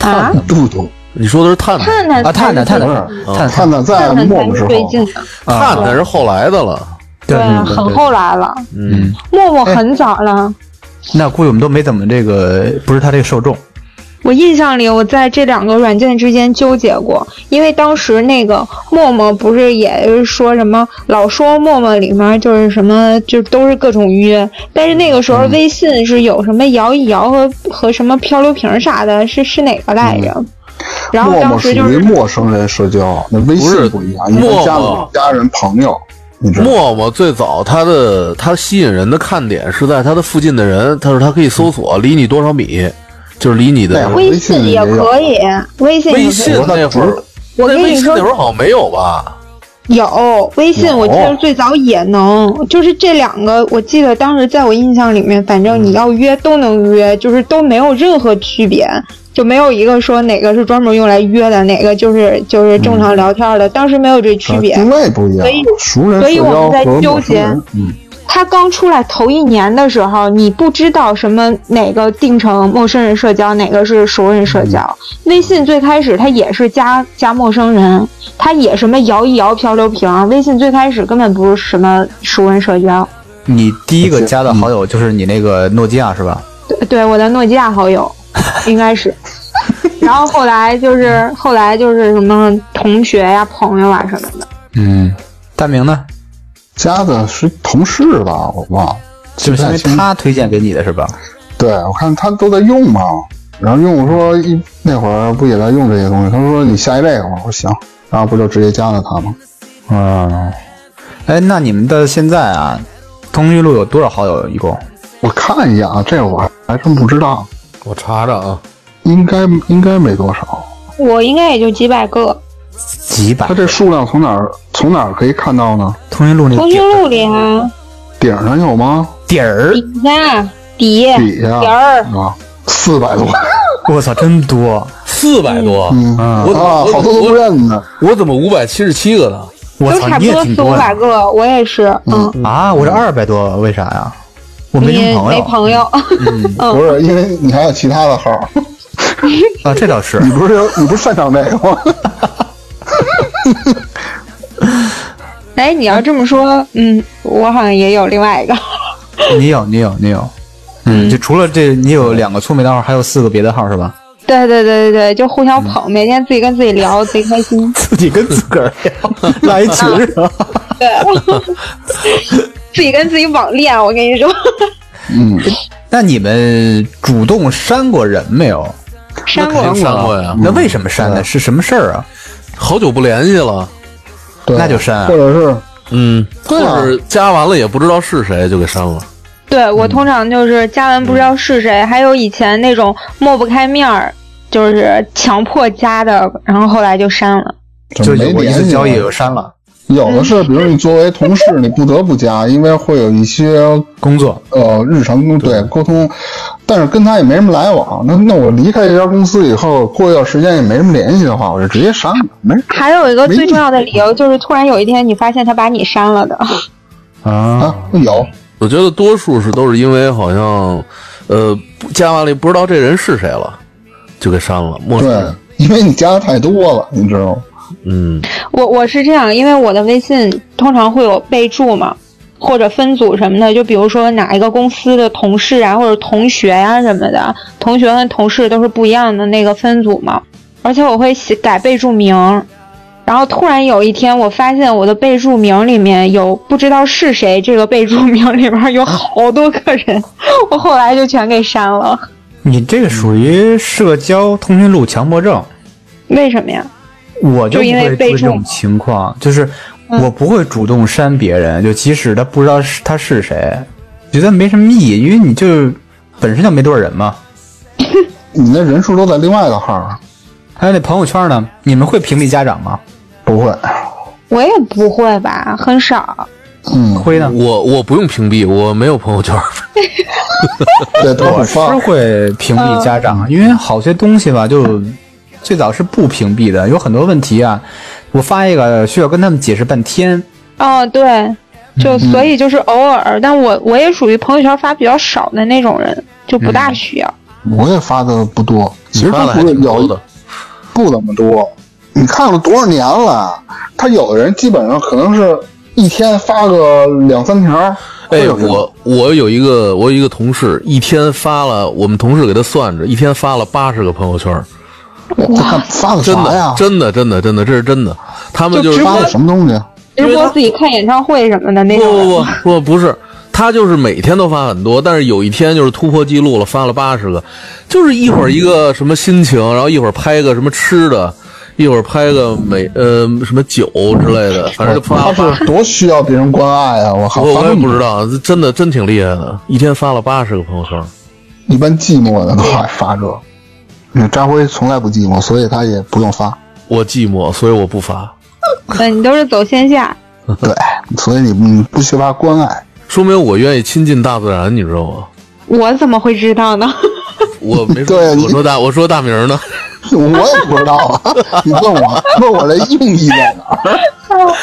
S2: 啊，
S3: 嘟嘟，
S4: 你说的是探探，
S2: 探探
S1: 啊，探探，探
S3: 不
S1: 探
S3: 是，
S1: 探探，
S3: 探探在
S2: 探探
S3: 陌
S2: 才
S3: 陌
S2: 是
S3: 时
S2: 最
S3: 候，
S2: 近的，
S4: 探探是后来的了。
S1: 对
S2: 啊，
S1: 对
S2: 很后来了。
S4: 嗯，
S2: 陌陌很早了，
S1: 那估计我们都没怎么这个，不是他这个受众。
S2: 我印象里，我在这两个软件之间纠结过，因为当时那个陌陌不是也说什么老说陌陌里面就是什么就都是各种约，但是那个时候微信是有什么摇一摇和和什么漂流瓶啥的，是是哪个来
S4: 嗯
S2: 着？然后
S3: 陌陌
S2: 当
S3: 属
S2: 时就
S3: 于
S2: 是
S3: 陌生人社交，啊那微
S4: 不是
S3: 信不一样，一般
S4: 陌陌
S3: 家里家人朋友，你知道吗？
S4: 陌陌最早它的它吸引人的看点是在它的附近的人，它是它可以搜索离你多少米，就是离你的
S3: 对
S2: 微信也可以，微信也
S4: 微
S2: 可
S4: 信
S2: 以
S4: 那会儿，
S2: 我
S4: 那
S2: 跟
S4: 微
S2: 你
S4: 信
S2: 说
S4: 那会儿好像没有吧？
S2: 有微信，
S3: 有
S2: 我记得最早也能，就是这两个，我记得当时在我印象里面，反正你要约都能约，就是都没有任何区别，就没有一个说哪个是专门用来约的，哪个就是就是正常聊天的，当时没有这区别。
S3: 定位不一样
S2: 所以，
S3: 熟人
S2: 所
S3: 社
S2: 以我
S3: 交
S2: 们在
S3: 和
S2: 纠
S3: 陌生
S2: 结
S3: 人，嗯，
S2: 它刚出来头一年的时候，你不知道什么哪个定成陌生人社交，哪个是熟人社交。微信最开始它也是加加陌生人，它也什么摇一摇漂流瓶。啊微信最开始根本不是什么熟人社交。
S1: 你第一个加的好友就是你那个呃诺基亚是吧？
S2: 对，对我的诺基亚好友应该是。然后后来就是后来就是什么同学呀、朋友啊什么的。
S1: 嗯，大明呢？
S3: 加的是同事吧，我忘了，
S1: 就是
S3: 不
S1: 相
S3: 太
S1: 当于
S3: 清楚
S1: 他推荐给你的是吧？
S3: 对，我看他都在用嘛，然后用我说一那会儿不也在用这些东西，他说你下一位，我说行，然后不就直接加了他吗？嗯，
S1: 哎，那你们的现在啊，通讯录有多少好友一共？
S3: 我看一眼啊，这我还真不知道，
S4: 我查查啊，
S3: 应该应该没多少。
S2: 我应该也就几百个，
S1: 几百
S3: 他？这数量从哪儿从哪儿可以看到呢？
S1: 通讯录那
S2: 通
S1: 底
S2: 讯录里啊，
S3: 顶上有吗？
S1: 底儿，
S2: 底下底
S3: 底下
S2: 底哎儿。
S3: 啊，四百 多，
S1: 我操，真多！
S4: 四百多，
S3: 嗯
S1: 嗯
S4: 我
S3: 啊，好多都不认呢。
S4: 我怎么五百七十七个呢？
S1: 我
S2: 都
S1: 操，
S2: 差
S1: 你
S2: 不
S1: 也
S2: 多
S1: 挺
S2: 四五
S1: 多
S2: 百
S1: 的
S2: 个，我也是，嗯，
S1: 啊！我是二百多，为啥呀？我没
S2: 你
S1: 什么朋
S2: 没
S1: 友
S2: 朋友，嗯
S3: 不是，因为你还有其他的号儿，
S1: 啊，这倒 是。
S3: 你不是有你不是擅长这个吗？
S2: 哎，你要这么说，嗯，我好像也有另外一个，
S1: 你有，你有，你有。嗯，就除了这，你有两个粗眉的号，还有四个别的号是 吧？
S2: 对对对对对，就互
S1: 嗯
S2: 相捧，每天自己跟自己聊，贼开 心，
S1: 自己跟自个儿聊，拉一群啊是吧？
S2: 对， 自己跟自己网恋，我跟你说，
S3: 嗯，
S1: 那你们主动删过人没有？
S2: 删过
S4: 肯定删过呀，
S1: 那为什么删呢？是什么事儿啊？
S4: 好久不联系了，
S3: 对，
S1: 那就删啊
S3: 或者是
S4: 嗯，或
S3: 对啊
S4: 者加完了也不知道是谁就给删了。
S2: 对
S1: 嗯
S2: 我通常就是加完不知道是谁，还有以前那种抹不开面儿，就是强迫加的，然后后来就删了。
S1: 就
S3: 就没
S1: 有过一
S3: 联
S1: 次
S3: 系
S1: 交易
S3: 了
S1: 就删了
S3: 啊有的是，比如你作为同事，你不得不加，因为会有一些
S1: 工作。
S3: 呃日常沟对沟通，但是跟他也没什么来往。那那我离开这家公司以后，过一段时间也没什么联系的话，我就直接删了，没事
S2: 还有一个最重要的理由就是，突然有一天你发现他把你删了的。
S1: 啊
S3: 啊。有
S4: 我觉得多数是都是因为好像，呃，加完了也不知道这人是谁了，就给删了。陌生
S3: 对
S4: 人，，
S3: 因为你加的太多了，你知道吗？
S4: 嗯，
S2: 我我是这样，因为我的微信通常会有备注嘛，或者分组什么的，就比如说哪一个公司的同事啊，或者同学呀、什么的，同学跟同事都是不一样的那个分组嘛。而且我会写改备注名，然后突然有一天，我发现我的备注名里面有不知道是谁，这个备注名里面有好多个人，我后来就全给删了。
S1: 你这个属于社交通讯录强迫症，
S2: 为什么呀？
S1: 我就
S2: 就因
S1: 不
S2: 为嗯
S1: 会
S2: 备
S1: 做这种
S2: 注
S1: 情况，就是我不会主动删别人，就即使他不知道是他是谁，觉得没什么意义，因为你就本身就没多少人嘛。
S3: 你那人数都在另外的号儿，
S1: 还有那朋友圈呢，你们会屏蔽家长吗？
S3: 不会，
S2: 我也不会吧，很少。
S3: 嗯，
S1: 会呢，
S4: 我我不用屏蔽，我没有朋友圈。
S3: 对，都
S1: 我是
S3: 不发。
S1: 会屏蔽家
S2: 嗯
S1: 长，因为好些东西吧，就最早是不屏蔽的，有很多问题啊，我发一个需要跟他们解释半天。
S2: 哦，对，就所以就是偶尔，但我我也属于朋友圈发比较少的那种人，就不大需要。
S3: 我也发的不多，其实他
S4: 发
S3: 不
S4: 的还
S3: 是
S4: 挺多
S3: 有
S4: 的，
S3: 不怎么多。你看了多少年了？他有的人基本上可能是一天发个两三条，
S4: 哎，
S3: 有这种
S4: 我我有一个我有一个同事，一天发了，我们同事给他算着，一天发了八十个朋友圈儿，
S3: 我看发的
S4: 真
S3: 啥呀
S4: 的？真的真的真的，这是真的。他们
S2: 就
S4: 就是
S2: 直
S3: 发
S2: 播
S3: 的什么东西？
S4: 因为
S2: 直播
S4: 他
S2: 自己看演唱会什么的那
S4: 不
S2: 种人
S4: 不
S2: 吗。
S4: 不不不是，他就是每天都发很多，但是有一天就是突破记录了，发了八十个，就是一会儿一个什么心情，然后一会儿拍个什么吃的，一会儿拍个美呃什么酒之类的，反正就发
S3: 他
S4: 了八
S3: 是多需要别人关爱啊！我靠，
S4: 我
S3: 发
S4: 我也
S3: 这么
S4: 不
S3: 多
S4: 知道，真的真挺厉害的，一天发了八十个朋友圈。
S3: 一般寂寞的都爱发这。那张辉从来不寂寞，所以他也不用发。
S4: 我寂寞，所以我不发，
S2: 嗯，你都是走线下，
S3: 对，所以你你不缺乏关爱。
S4: 说明我愿意亲近大自然，你知道吗？
S2: 我怎么会知道呢？
S4: 我没说，
S3: 对你
S4: 我说大，我说大名呢，
S3: 我也不知道啊，你问我 问我这用意在哪儿？啊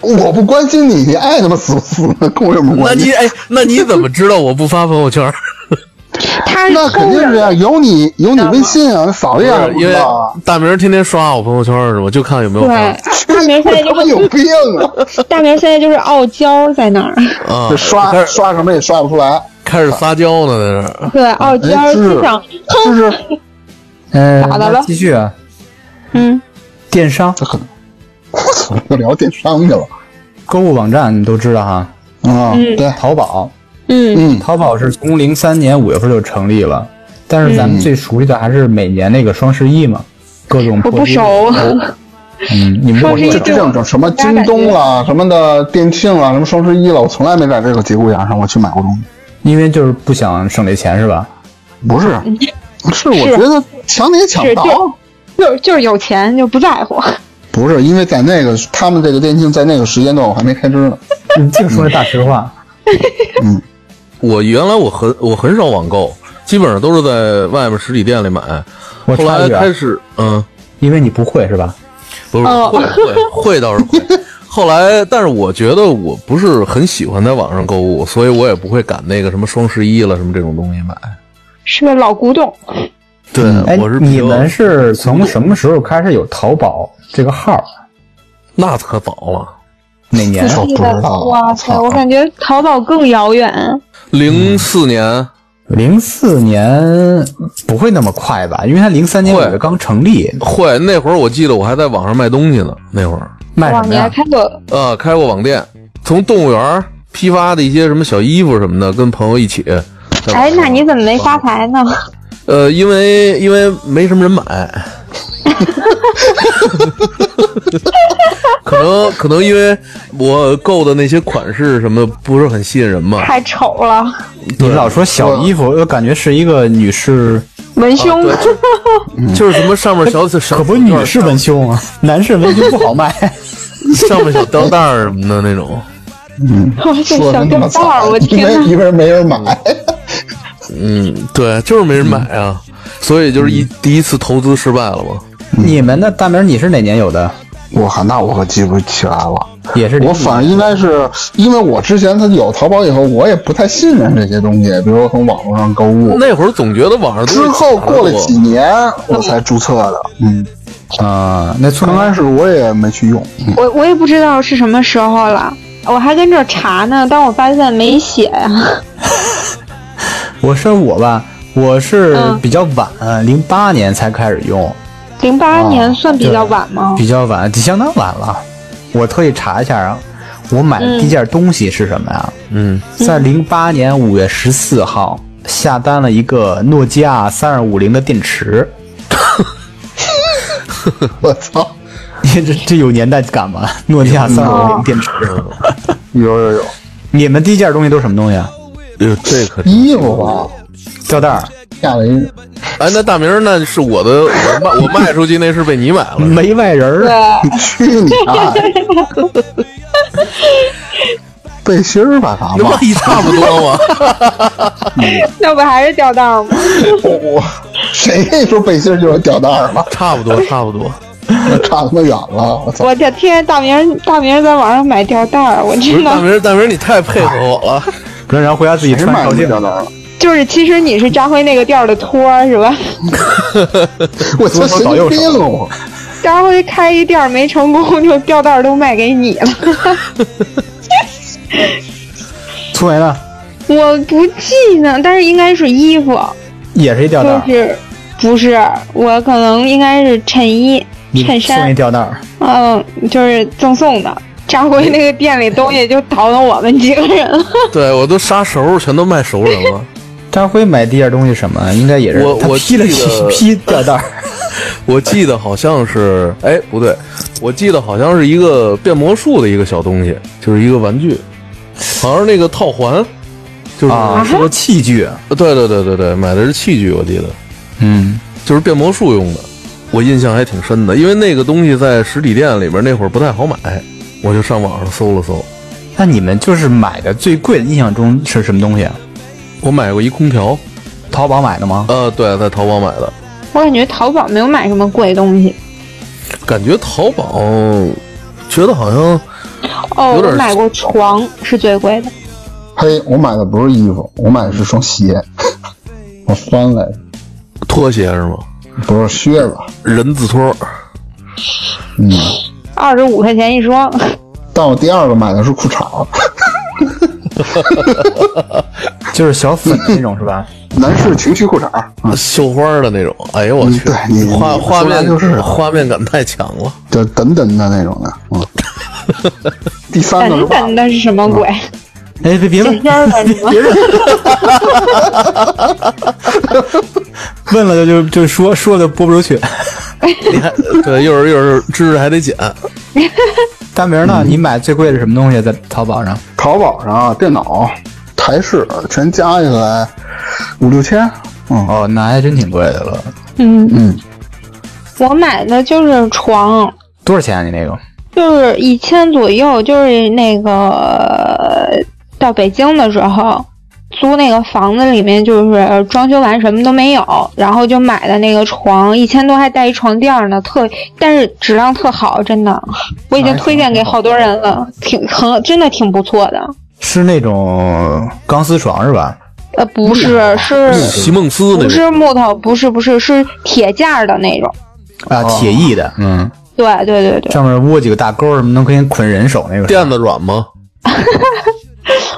S3: 我不关心你，你爱他妈死不死呢，跟我有什么
S4: 那
S3: 关
S4: 你
S3: 系？
S4: 哎，那你怎么知道我不发朋友圈？
S2: 他是
S3: 那肯定是这样，有你有你微信啊，你扫一下就
S4: 因
S3: 知
S4: 为
S3: 道啊。
S4: 大明天天刷我朋友圈是吧？就看有没啊有
S2: 对，
S4: 发
S2: 大明现在
S3: 他
S2: 就
S3: 妈
S2: 是
S3: 有病啊！
S2: 大明现在就是傲娇在那儿，
S4: 啊
S3: 这，刷
S4: 开始
S3: 刷什么也刷不 出来，
S4: 开始撒娇呢，在这儿。
S2: 对，傲娇
S3: 是
S2: 思想，
S3: 就是
S1: 嗯，
S2: 咋的了
S1: 继续啊，
S2: 嗯，
S1: 电商
S3: 这很，我操，又聊电商去了
S1: 购物网站你们都知道哈，
S3: 啊！
S2: 嗯
S3: 对，
S1: 淘宝，
S2: 嗯，
S3: 嗯，
S1: 淘宝是从零三年五月份就成立了，但是咱
S2: 嗯
S1: 们最熟悉的还是每年那个双十一嘛，各种
S2: 我
S1: 破
S2: 不
S1: 纪录
S2: 熟，
S1: 嗯，你们
S2: 双十一
S3: 这
S2: 对
S3: 这
S2: 我
S3: 种什么京东啦、什么的店庆啊啦、什么双十一了，我从来没在这个节骨眼上我去买过东西。
S1: 因为就是不想省这钱是 吧？
S3: 不是，是我觉得抢你也抢
S2: 嗯是
S3: 不到。啊
S2: 就就就是有钱就不在乎，
S3: 不是，因为在那个他们这个店庆在那个时间段我还没开支呢。
S1: 你净说这大实话，
S4: 我原来我很我很少网购，基本上都是在外面实体店里买。
S1: 我
S4: 后
S1: 插一
S4: 来
S1: 句啊
S4: 开始，嗯，
S1: 因为你不会是吧？
S4: 不是
S2: 哦
S4: 会会会 倒是会。后来，但是我觉得我不是很喜欢在网上购物，所以我也不会赶那个什么双十一了什么这种东西买。
S2: 是个老古董，
S4: 对，
S1: 哎
S4: 我是，比
S1: 你
S4: 较
S1: 们是从什么时候开始有淘宝这个号？
S4: 那可早了，
S1: 哪年？
S3: 我不知道，
S2: 哇塞，我感觉淘宝更遥远，
S4: 零四年、
S1: 零四年不会那么快吧？因为它零三年
S4: 会
S1: 五月刚成立，
S4: 会那会儿，我记得我还在网上卖东西呢。那会儿，
S1: 卖
S2: 哇，
S1: 什么
S2: 你还
S1: 呀？
S2: 看过
S4: 呃，开过网店，从动物园儿批发的一些什么小衣服什么的，跟朋友一起。在网上
S2: 哎，那你怎么没发财呢？
S4: 呃，因为因为没什么人买，可能可能因为我购的那些款式什么的不是很吸引人嘛。
S2: 太丑了，
S1: 你老说小衣服，我感觉是一个女士，
S2: 文胸，
S4: 啊 对就是什么上面小小
S1: 可不是女士文胸啊， 男士文胸不好卖。
S4: 上面小吊带儿什么的那种，
S2: 哇塞，
S3: 说
S2: 小
S3: 的那
S2: 吊
S3: 么
S2: 带
S3: 惨
S2: 儿，我，
S3: 一
S2: 天
S3: 人
S2: 哪，
S3: 一个人没人买，
S4: 嗯，对，就是没人买啊，所以就是一、第一次投资失败了嘛。
S1: 你们的大明，你是哪年有的？
S3: 我靠，那我可记不起来了。
S1: 也是
S3: 我反正应该是因为我之前他有淘宝以后，我也不太信任这些东西，比如说从网络上购物。
S4: 那会儿总觉得网上东西
S3: 之后
S4: 假的
S3: 过了
S4: 多
S3: 几年，我才注册的。嗯，
S1: 啊，那从
S3: 刚开始我也没去用。
S2: 我我也不知道是什么时候了。我还跟这儿查呢，但我发现没写呀。
S1: 我说我吧，我是
S2: 嗯
S1: 比较晚，零八年才开始用，
S2: 零八
S4: 啊
S2: 年算比较晚吗？
S1: 比较晚，相当晚了。我特意查一下啊，我买的第一件东西是什么呀？
S4: 嗯，
S1: 在零八年五月十四号下单了一个诺基亚三二五零的电池，
S3: 我操，
S1: 这这有年代感吗？诺基亚三二五零电池，
S3: 有有有，
S1: 你们第一件东西都是什么东西啊？
S4: 哎呦，这可是。
S3: 衣服吧，
S1: 吊带儿，
S3: 下了一
S4: 哎，那大明儿那是我的，我卖我卖出去那是被你买了，
S1: 没外人儿。
S2: 对，
S3: 去你大爷！背心儿吧，啥
S4: 那
S3: 嘛
S4: 万？一差不多吗？嗯
S2: 那不还是吊带儿吗？
S3: 我我谁跟你说背心儿就是吊带儿了？
S4: 差不多，差不多。
S3: 差他妈远了！我操，
S2: 我的天，大明大明在网上买吊带儿，我
S4: 不是
S2: 真
S4: 大
S2: 的
S4: 明儿，大明儿你太配合我了。
S1: 不然然后回家自己
S3: 谁
S1: 穿
S3: 买
S1: 照
S3: 的
S1: 镜
S3: 吊。带儿啊了？
S2: 就是，其实你是扎辉那个店儿的托儿是吧？
S3: 我操，
S1: 左手
S3: 神
S1: 倒
S3: 经
S1: 右手
S3: 病啊！我
S2: 扎辉开一店儿没成功，就吊带儿都卖给你了。
S1: 说没了，
S2: 我不记得，但是应该是衣服，
S1: 也是一吊带
S2: 就
S1: 儿，
S2: 是不是我可能应该是衬衣、
S1: 你
S2: 衬
S1: 嗯送一
S2: 衫，
S1: 吊带儿，
S2: 嗯，就是赠送的。炸回那个店里，东西就倒腾我们几个人了。
S4: 对我都杀熟，全都卖熟人了。
S1: 张辉买第一件东西什么？应该也是
S4: 我
S1: 他
S4: 我
S1: 批了
S4: 记得
S1: 一批吊带儿，
S4: 我记得好像是，哎，不对，我记得好像是一个变魔术的一个小东西，就是一个玩具，好像是那个套环，就是、
S1: 啊，是个器具，
S4: 对对对对对，买的是器具，我记得
S1: 嗯，
S4: 就是变魔术用的，我印象还挺深的，因为那个东西在实体店里边那会儿不太好买，我就上网上搜了搜，
S1: 那你们就是买的最贵的，印象中是什么东西啊？
S4: 我买过一空调，
S1: 淘宝买的吗？
S4: 呃，对，在淘宝买的，
S2: 我感觉淘宝没有买什么贵东西。
S4: 感觉淘宝觉得好像
S2: 哦，
S4: 有点
S2: 我买过床是最贵的。
S3: 嘿，我买的不是衣服，我买的是双鞋，我翻来着，
S4: 拖鞋是吗？
S3: 不是靴子，
S4: 人字拖，
S3: 嗯。
S2: 二十五块钱一双，
S3: 但我第二个买的是裤 衩，
S1: 就是小粉的那种是吧？
S3: 男士情趣裤衩。嗯，
S4: 绣花的那种，哎呦我去，
S3: 嗯对你
S4: 画
S3: 你
S4: 画
S3: 说来
S4: 面
S3: 就是
S4: 画面感太强了。
S3: 就等等的那种的。 嗯，第三个是
S2: 等
S3: 袜
S2: 等
S3: 子，
S2: 的是什么鬼？
S1: 哎，别别
S2: 纸
S1: 问，
S2: 片儿吧你们？
S1: 问了就就就说说的播不出去。
S4: 你还对，一会儿一会儿知识还得减，
S1: 大明呢？你买最贵的什么东西在淘宝上？
S3: 淘宝上啊电脑、台式全加起来五六千。嗯，
S1: 哦，那还真挺贵的了。
S2: 嗯
S3: 嗯，
S2: 我买的就是床，
S1: 多少钱、啊、你那个？
S2: 就是一千左右，就是那个到北京的时候租那个房子，里面就是装修完什么都没有，然后就买的那个床，一千多还带一床垫儿呢，特但是质量特好，真的，我已经推荐给好多人了，挺很真的挺不错的。
S1: 是那种钢丝床是吧？
S2: 呃，不是，是
S3: 嗯
S4: 席梦思那
S2: 不
S4: 种，
S2: 是木头？不是，不是，是铁架儿的那种。
S1: 啊，铁艺的，嗯，
S2: 对对对对，
S1: 上面窝几个大钩，什么能可以捆人手那个。
S4: 垫子软吗？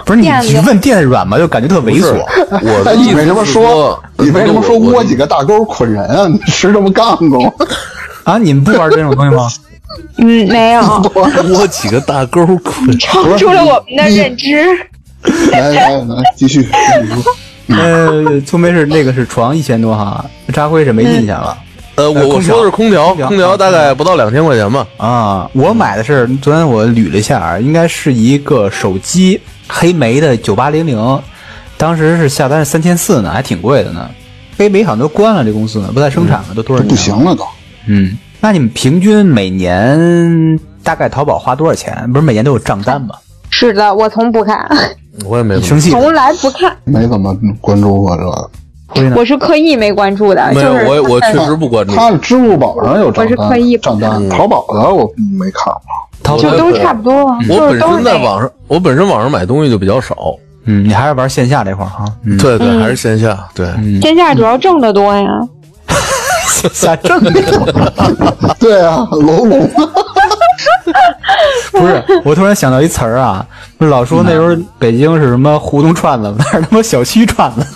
S1: 不是你
S2: 垫子
S1: 你问垫子软吗？就感觉特猥琐。
S4: 我的
S3: 哎，
S4: 意
S3: 你
S4: 思
S3: 为什么
S4: 是
S3: 说？你为什么说窝
S4: 我
S3: 几个大钩捆人啊？你是这么干过吗？
S1: 啊，你们不玩这种东西吗？
S2: 嗯，没有
S4: 窝几个大钩捆？
S2: 超出了我们的认知。
S3: 来来来，继续。继续说
S1: 呃，聪梅是那个是床一千多哈，扎辉是没印象了、
S4: 呃，我我
S1: 空调
S4: 说的是空调，
S1: 空调
S4: 空调大概不到两千块钱吧。
S1: 啊。我买的是昨天我捋了一下啊，应该是一个手机黑莓的九八零零，当时是下单是三千四呢，还挺贵的呢。黑莓好像都关了，这公司呢不再啊生产了，都多少年
S3: 不
S1: 了
S3: 行了都，
S1: 嗯，那你们平均每年大概淘宝花多少钱？不是每年都有账单吗？
S2: 是的，我从不看，
S4: 我也没
S1: 你
S4: 怎
S1: 生
S4: 么
S1: 气？
S2: 从来不看，
S3: 没怎么关注过这个。
S1: 亏呢？
S2: 我是刻意没关注的。
S4: 没有，
S2: 就是
S4: 我我确实不关注。
S3: 他是支付宝上有账
S2: 我是刻意
S3: 单，
S2: 不看
S3: 账单淘宝的我没看过。
S1: 淘宝
S2: 就都差不多，
S4: 嗯我
S2: 就
S4: 本
S2: 是都是
S4: 身在
S2: 那个。
S4: 网上，我本身网上买东西就比较少。
S1: 嗯，你还是玩线下这块儿哈。 嗯，
S4: 对对，还是线下。对，
S2: 天下主要挣得多呀，
S1: 下正
S3: 对啊，楼 龙。
S1: 不是，我突然想到一词儿啊，老说那时候北京是什么胡同串子，那是他妈小区串 子，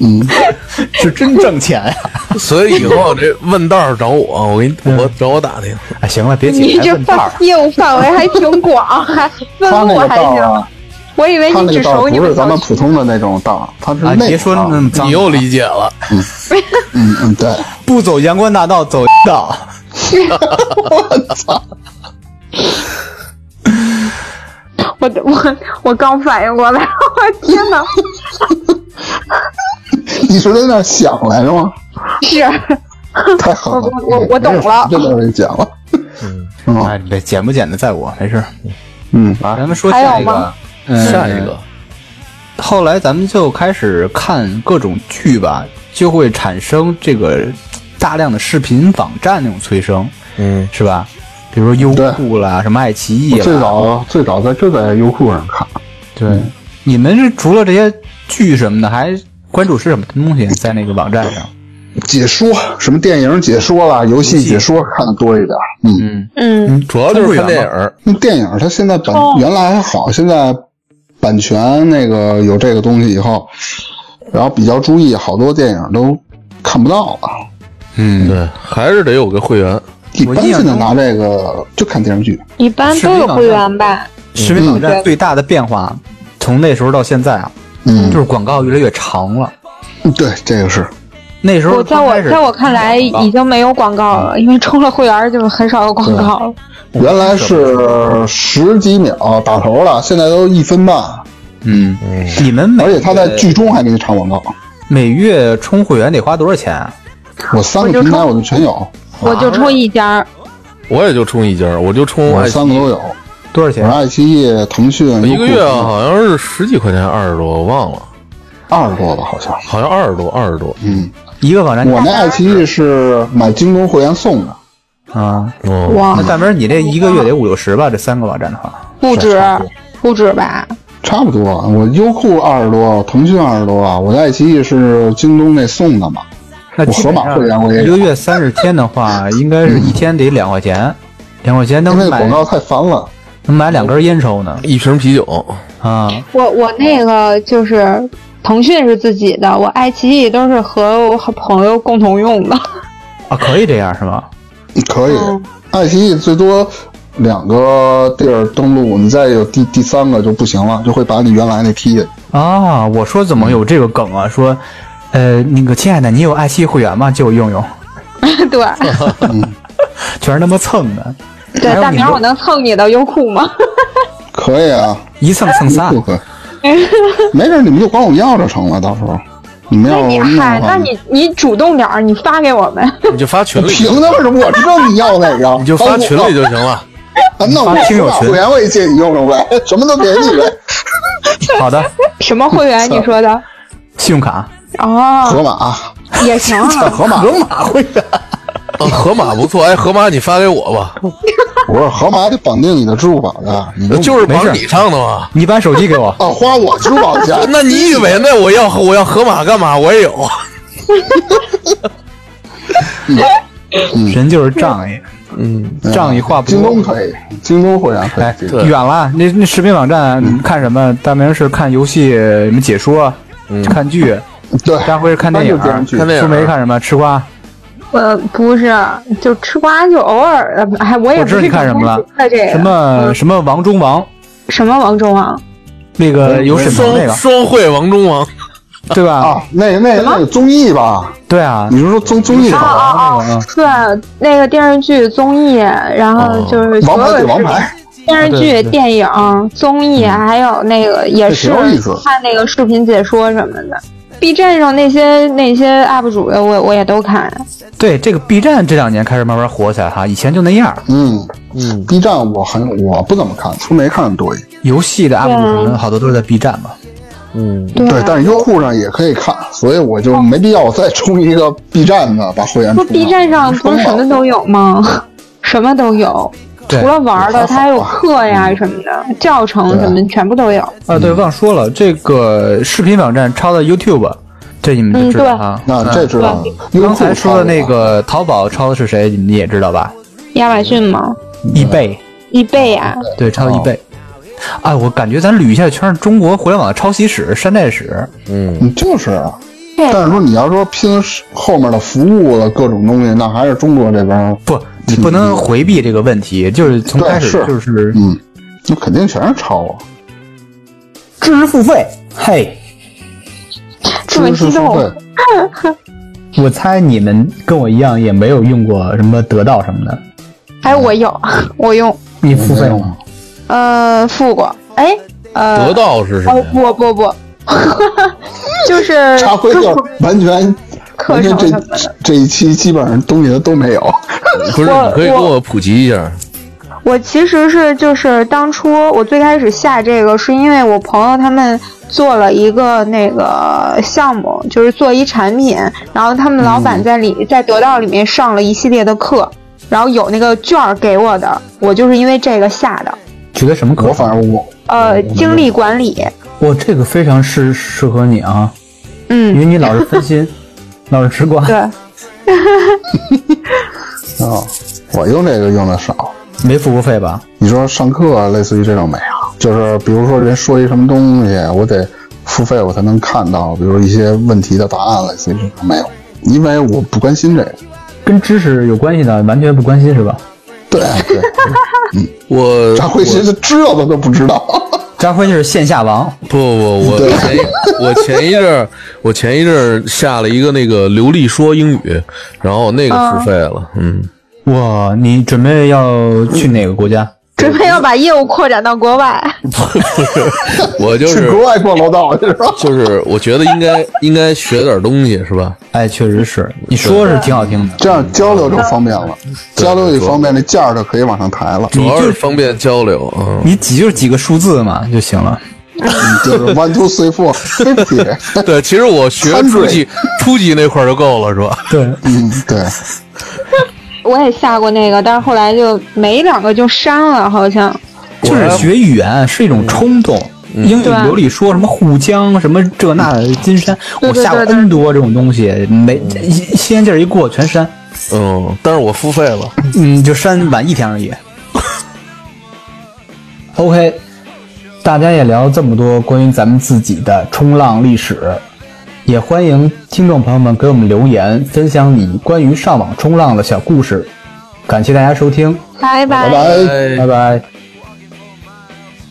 S3: 嗯，
S1: 是真挣钱呀、
S4: 所以以后这问道儿找我，我给你我找我打听。
S1: 哎，行了，别
S2: 你
S1: 解开
S2: 这
S1: 问道
S2: 范
S1: 儿，
S2: 业务范围还挺广，还问
S3: 他那
S2: 我
S3: 个
S2: 还
S3: 道儿
S2: 行。
S3: 啊，
S2: 我以为
S3: 他
S2: 你
S3: 那
S2: 只
S3: 个道
S2: 熟
S3: 儿
S2: 你
S3: 不
S2: 们
S3: 是咱
S2: 小
S3: 们
S2: 区
S3: 普。通的那种道儿，他是
S1: 啊，
S3: 那
S1: 别说那么脏
S4: 你，又理解了，
S3: 嗯嗯对，
S1: 不走阳关大道走 道。
S2: 我我我刚反应过来，我天哪！
S3: 你是在那儿想来着 吗？
S2: 是
S3: 太狠了，
S2: 我我我懂了
S3: 这都是讲了。嗯
S1: 哎，你别剪不剪的在我没事儿。啊
S3: 嗯，来
S1: 咱们说
S2: 还有
S1: 下一个
S2: 吗，
S1: 嗯
S4: 下一个。
S1: 后来咱们就开始看各种剧吧，就会产生这个大量的视频网站那种催生，
S4: 嗯，
S1: 是吧？比如说优酷啦，什么爱奇艺
S3: 我
S1: 啦。
S3: 最早最早在就在优酷上看，
S1: 对，你们是除了这些剧什么的，还关注是什么东西在那个网站上？
S3: 解说，什么电影解说啦、游戏解说看的多一点。嗯，
S2: 嗯，
S4: 主要就是看电影儿。
S3: 那电影它现在版
S2: 哦
S3: 原来还好，现在版权那个有这个东西以后，然后比较注意，好多电影都看不到了。
S1: 嗯，
S4: 对，还是得有个会员。
S3: 一
S1: 我
S3: 般
S1: 印象
S3: 现
S1: 中
S3: 在拿这个就看电视剧，
S2: 一般都有会员吧。
S1: 视频网站最大的变化，从那时候到现在啊，
S3: 嗯
S1: 就是广告越来越长了。
S3: 对，这个是
S1: 那时候
S2: 我在我
S1: 刚开始
S2: 在我看来
S1: 广告
S2: 已经没有广告了，因为充了会员就很少有广告了。
S3: 原来是十几秒打头了，现在都一分半，
S1: 嗯，你们每
S3: 而且他在
S1: 月
S3: 剧中还给你插广
S4: 嗯
S3: 告。
S1: 每月充会员得花多少钱啊？
S3: 我三个平台我就全有，
S2: 我就充一家，
S4: 我也就充一家，我就充
S3: 我
S4: 爱
S3: 三个都有，
S1: 多少
S3: 我是
S1: 钱？
S3: 爱奇艺、腾讯、
S4: 一个月啊，
S3: 优酷
S4: 好像是十几块钱，二十多，我忘了，
S3: 二十多吧，好像。
S4: 好像二十多，二十多。
S3: 嗯，
S1: 一个网站
S3: 我那爱奇艺是买京东会员送的，
S1: 啊，
S4: 哦，
S2: 哇
S1: 那，大明儿你这一个月得五六十吧？这三个网站的话，
S2: 不止
S3: 差不多，
S2: 不止吧？
S3: 差不多。我优酷二十多，腾讯二十多，啊我的爱奇艺是京东那送的嘛。
S1: 那
S3: 我
S1: 基本
S3: 盒马会员我也
S1: 上一
S3: 有
S1: 个月三十天的话，应该是一天得两块钱，两块钱能
S3: 因为
S1: 买
S3: 广告太烦了，
S1: 能买两根烟抽呢
S4: 一瓶啤酒，
S1: 啊！
S2: 我我那个就是腾讯是自己的，我爱奇艺都是和我和朋友共同用的。
S1: 啊，可以这样是吗？
S2: 嗯
S3: 可以。
S2: 哦
S3: 爱奇艺最多两个地儿登录，你再有第第三个就不行了，就会把你原来那踢下去。
S1: 啊，我说怎么有这个梗啊？说，呃，那个亲爱的，你有爱奇艺会员吗？借我用用，
S2: 对
S1: 全是他妈蹭的，
S2: 对
S1: 还，有
S2: 大
S1: 你
S2: 明，
S1: 说
S2: 我能蹭你的优酷吗？
S3: 可以啊，
S1: 一蹭蹭仨
S3: 不。可以。没事，你们就管我要就成了，到时候你们要
S2: 那你
S3: 弄的话
S2: 嗨，那你你主动点儿，你发给我们。
S4: 你就发 群里，
S3: 凭他妈什么？我知道你要哪个，
S4: 你就发群里就行了。
S3: 啊。那我
S1: 发听友
S3: 我把
S1: 群
S3: 会员我也借你用用呗，什么都给你呗。
S1: 好的，
S2: 什么会员？你说的？
S1: 信用卡
S3: 河
S2: 哦，
S3: 马，
S2: 也行啊。
S3: 河马，
S1: 马会员，
S4: 啊河马不错，哎，河马你发给我吧，
S3: 我说河马得绑定你的支付宝的，你都。
S4: 就是往
S1: 没事
S4: 你上的嘛。
S1: 你把手机给我
S3: 哦花我支付宝的 钱，
S4: 那你以为那我要我要河马干嘛？我也有。
S1: 人就是仗义，
S4: 嗯，
S1: 仗义话不
S3: 嗯京
S1: 多。
S3: 东可以，京东会员可
S1: 哎
S3: 以，
S4: 对
S1: 远了，那那视频网站
S3: 嗯
S1: 你看什么？大明是看游戏什么解说，
S3: 嗯
S1: 看剧，
S3: 对，
S1: 大辉是看电影，啊
S3: 那就电视剧
S4: 看电影
S1: 苏梅看什么？吃瓜。
S2: 我不是，就吃瓜就偶尔，呃哎，我也
S1: 我
S2: 不
S1: 知道
S2: 是
S1: 你看什么了
S2: 整天只看这个
S1: 什么什么王中王，
S2: 什么王中王？
S1: 那个有沈腾那
S4: 双
S1: 个，
S4: 双汇王中王，
S1: 对吧？
S3: 啊，那个那个那个综艺吧，
S1: 对啊，
S3: 你是说综综艺吧？
S2: 啊
S1: 王那个，
S2: 对，那个电视剧、综艺，然后就是
S3: 王
S2: 所
S3: 牌
S2: 有
S3: 对
S2: 的
S3: 王牌，
S2: 电视
S1: 对
S3: 啊
S2: 剧、电影、综艺，还有那个也是
S3: 嗯这挺有意思
S2: 看那个视频解说什么的。B 站上那些那些 UP 主的，我我也都看。
S1: 嗯对这个 B 站这两年开始慢慢火起来哈，以前就那样。
S3: 嗯嗯，B 站我很我不怎么看，出没看的多一点，
S1: 游戏的 UP 主什么的，好多都是在 B 站嘛。
S4: 嗯，
S2: 对啊
S3: 对，但是优酷上也可以看，所以我就没必要再充一个 B 站的把会员
S2: 不是
S3: 充
S2: B 站上不是什么都有吗？ 什么都有，
S1: 对
S2: 除了玩
S3: 还好嗯
S2: 的，
S3: 吧
S2: 它还有课呀什么的，教程什么全部都有。
S1: 啊，对，忘说了，这个视频网站抄的 YouTube，这你们就
S2: 嗯
S1: 知道哈。
S3: 那这知道了，优
S1: 刚
S3: 酷
S1: 才说的那
S3: 看过
S1: 个淘宝抄的是谁，你们也知道吧？
S2: 亚马逊吗？
S1: 易贝，
S2: 易贝呀，
S3: 嗯
S1: 对，抄易贝。哎，我感觉咱捋一下全是中国互联网的抄袭史、山寨史。
S3: 嗯，就是啊。
S2: 对
S3: 但是说你要说拼后面的服务了各种东西，那还是中国这边儿
S1: 不，你不能回避这个问题，就是从
S3: 嗯对
S1: 开始
S3: 是
S1: 就是
S3: 嗯，那肯定全是抄啊，
S1: 知识付费。嘿，
S2: 这么
S3: 知识
S2: 激
S3: 付
S2: 动，
S3: 费。
S1: 我猜你们跟我一样也没有用过什么得到什么的，
S2: 哎，我有， 我用，
S1: 你付费
S3: 没有啊
S1: 吗？
S2: 呃，付过，哎，呃，
S4: 得到是什么
S2: 哦
S4: 呀？
S2: 不不 不，就是
S3: 插灰就是完全
S2: 课
S3: 完全
S2: 程什
S3: 这
S2: 么的。
S3: 这一期基本上东西都没有。
S4: 不是，
S2: 我
S4: 你可以给我普及一下。
S2: 我其实是就是当初我最开始下这个，是因为我朋友他们做了一个那个项目，就是做一产品，然后他们老
S4: 嗯
S2: 板在里、在得到里面上了一系列的课，然后有那个券儿给我的，我就是因为这个下的。
S1: 觉得什么可
S3: 我反正我
S4: 哦
S2: 呃，精力管理，
S1: 我这个非常适适合你啊，因为
S2: 嗯，
S1: 你老是分心，老是吃瓜。
S2: 对，
S3: 啊，我用这个用的少。
S1: 没付过费吧？
S3: 你说上课类似于这种没有，就是比如说人说一什么东西，我得付费我才能看到，比如一些问题的答案，类似于这种没有，因为我不关心这个。
S1: 跟知识有关系的，完全不关心是吧？
S3: 对对，
S4: 我
S3: 张辉其实知道的都不知道。
S1: 张辉就是线下王，
S4: 不不，我我前一我前一阵 儿，我前一阵儿下了一个那个流利说英语，然后那个付费了，嗯，
S1: 哇！你准备要去哪个国
S3: 嗯
S1: 家？
S5: 准备要把业务扩展到国 外。
S4: 我就
S3: 去
S4: 是
S3: 国外逛楼道去是吧？
S4: 就是我觉得应该应该学点东西是吧？
S1: 哎，确实是，你说是挺好听的，
S3: 这样交流就方便了，交流一方便，这价儿就可以往上抬了。
S4: 主要是方便交流，嗯，
S1: 你几就是几个数字嘛就行了。
S3: 就是 one two three four fifty，
S4: 对，其实我学初级初级那块儿就够了是吧？
S1: 对，
S3: 嗯，对，
S5: 我也下过那个，但是后来就没两个就删了，好像。
S1: 就是学语言是一种冲动。英语
S5: 对
S1: 流利说什么沪江什么这那的金山，
S5: 对
S1: 我下过
S5: 对对
S1: N 多这种东西，没一一仙劲儿一过全删，
S4: 嗯，但是我付费了，
S1: 嗯，就删晚一天而已。OK，大家也聊这么多关于咱们自己的冲浪历史，也欢迎听众朋友们给我们留言，分享你关于上网冲浪的小故事。感谢大家收听，
S5: 拜
S3: 拜
S5: 拜
S3: 拜。
S4: 呃哎
S1: 拜拜。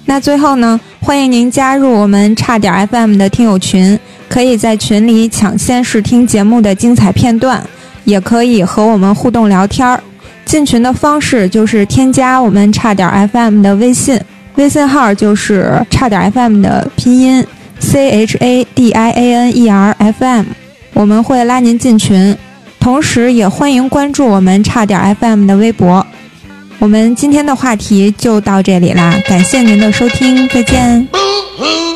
S2: 那最后呢，欢迎您加入我们差点 FM 的听友群，可以在群里抢先试听节目的精彩片段，也可以和我们互动聊天儿。进群的方式就是添加我们差点 FM 的微信，微信号就是差点 FM 的拼音 C H A D I A N E R F M，我们会拉您进群。同时，也欢迎关注我们差点 FM 的微博。我们今天的话题就到这里啦，感谢您的收听，再见。
S6: Boo hoo!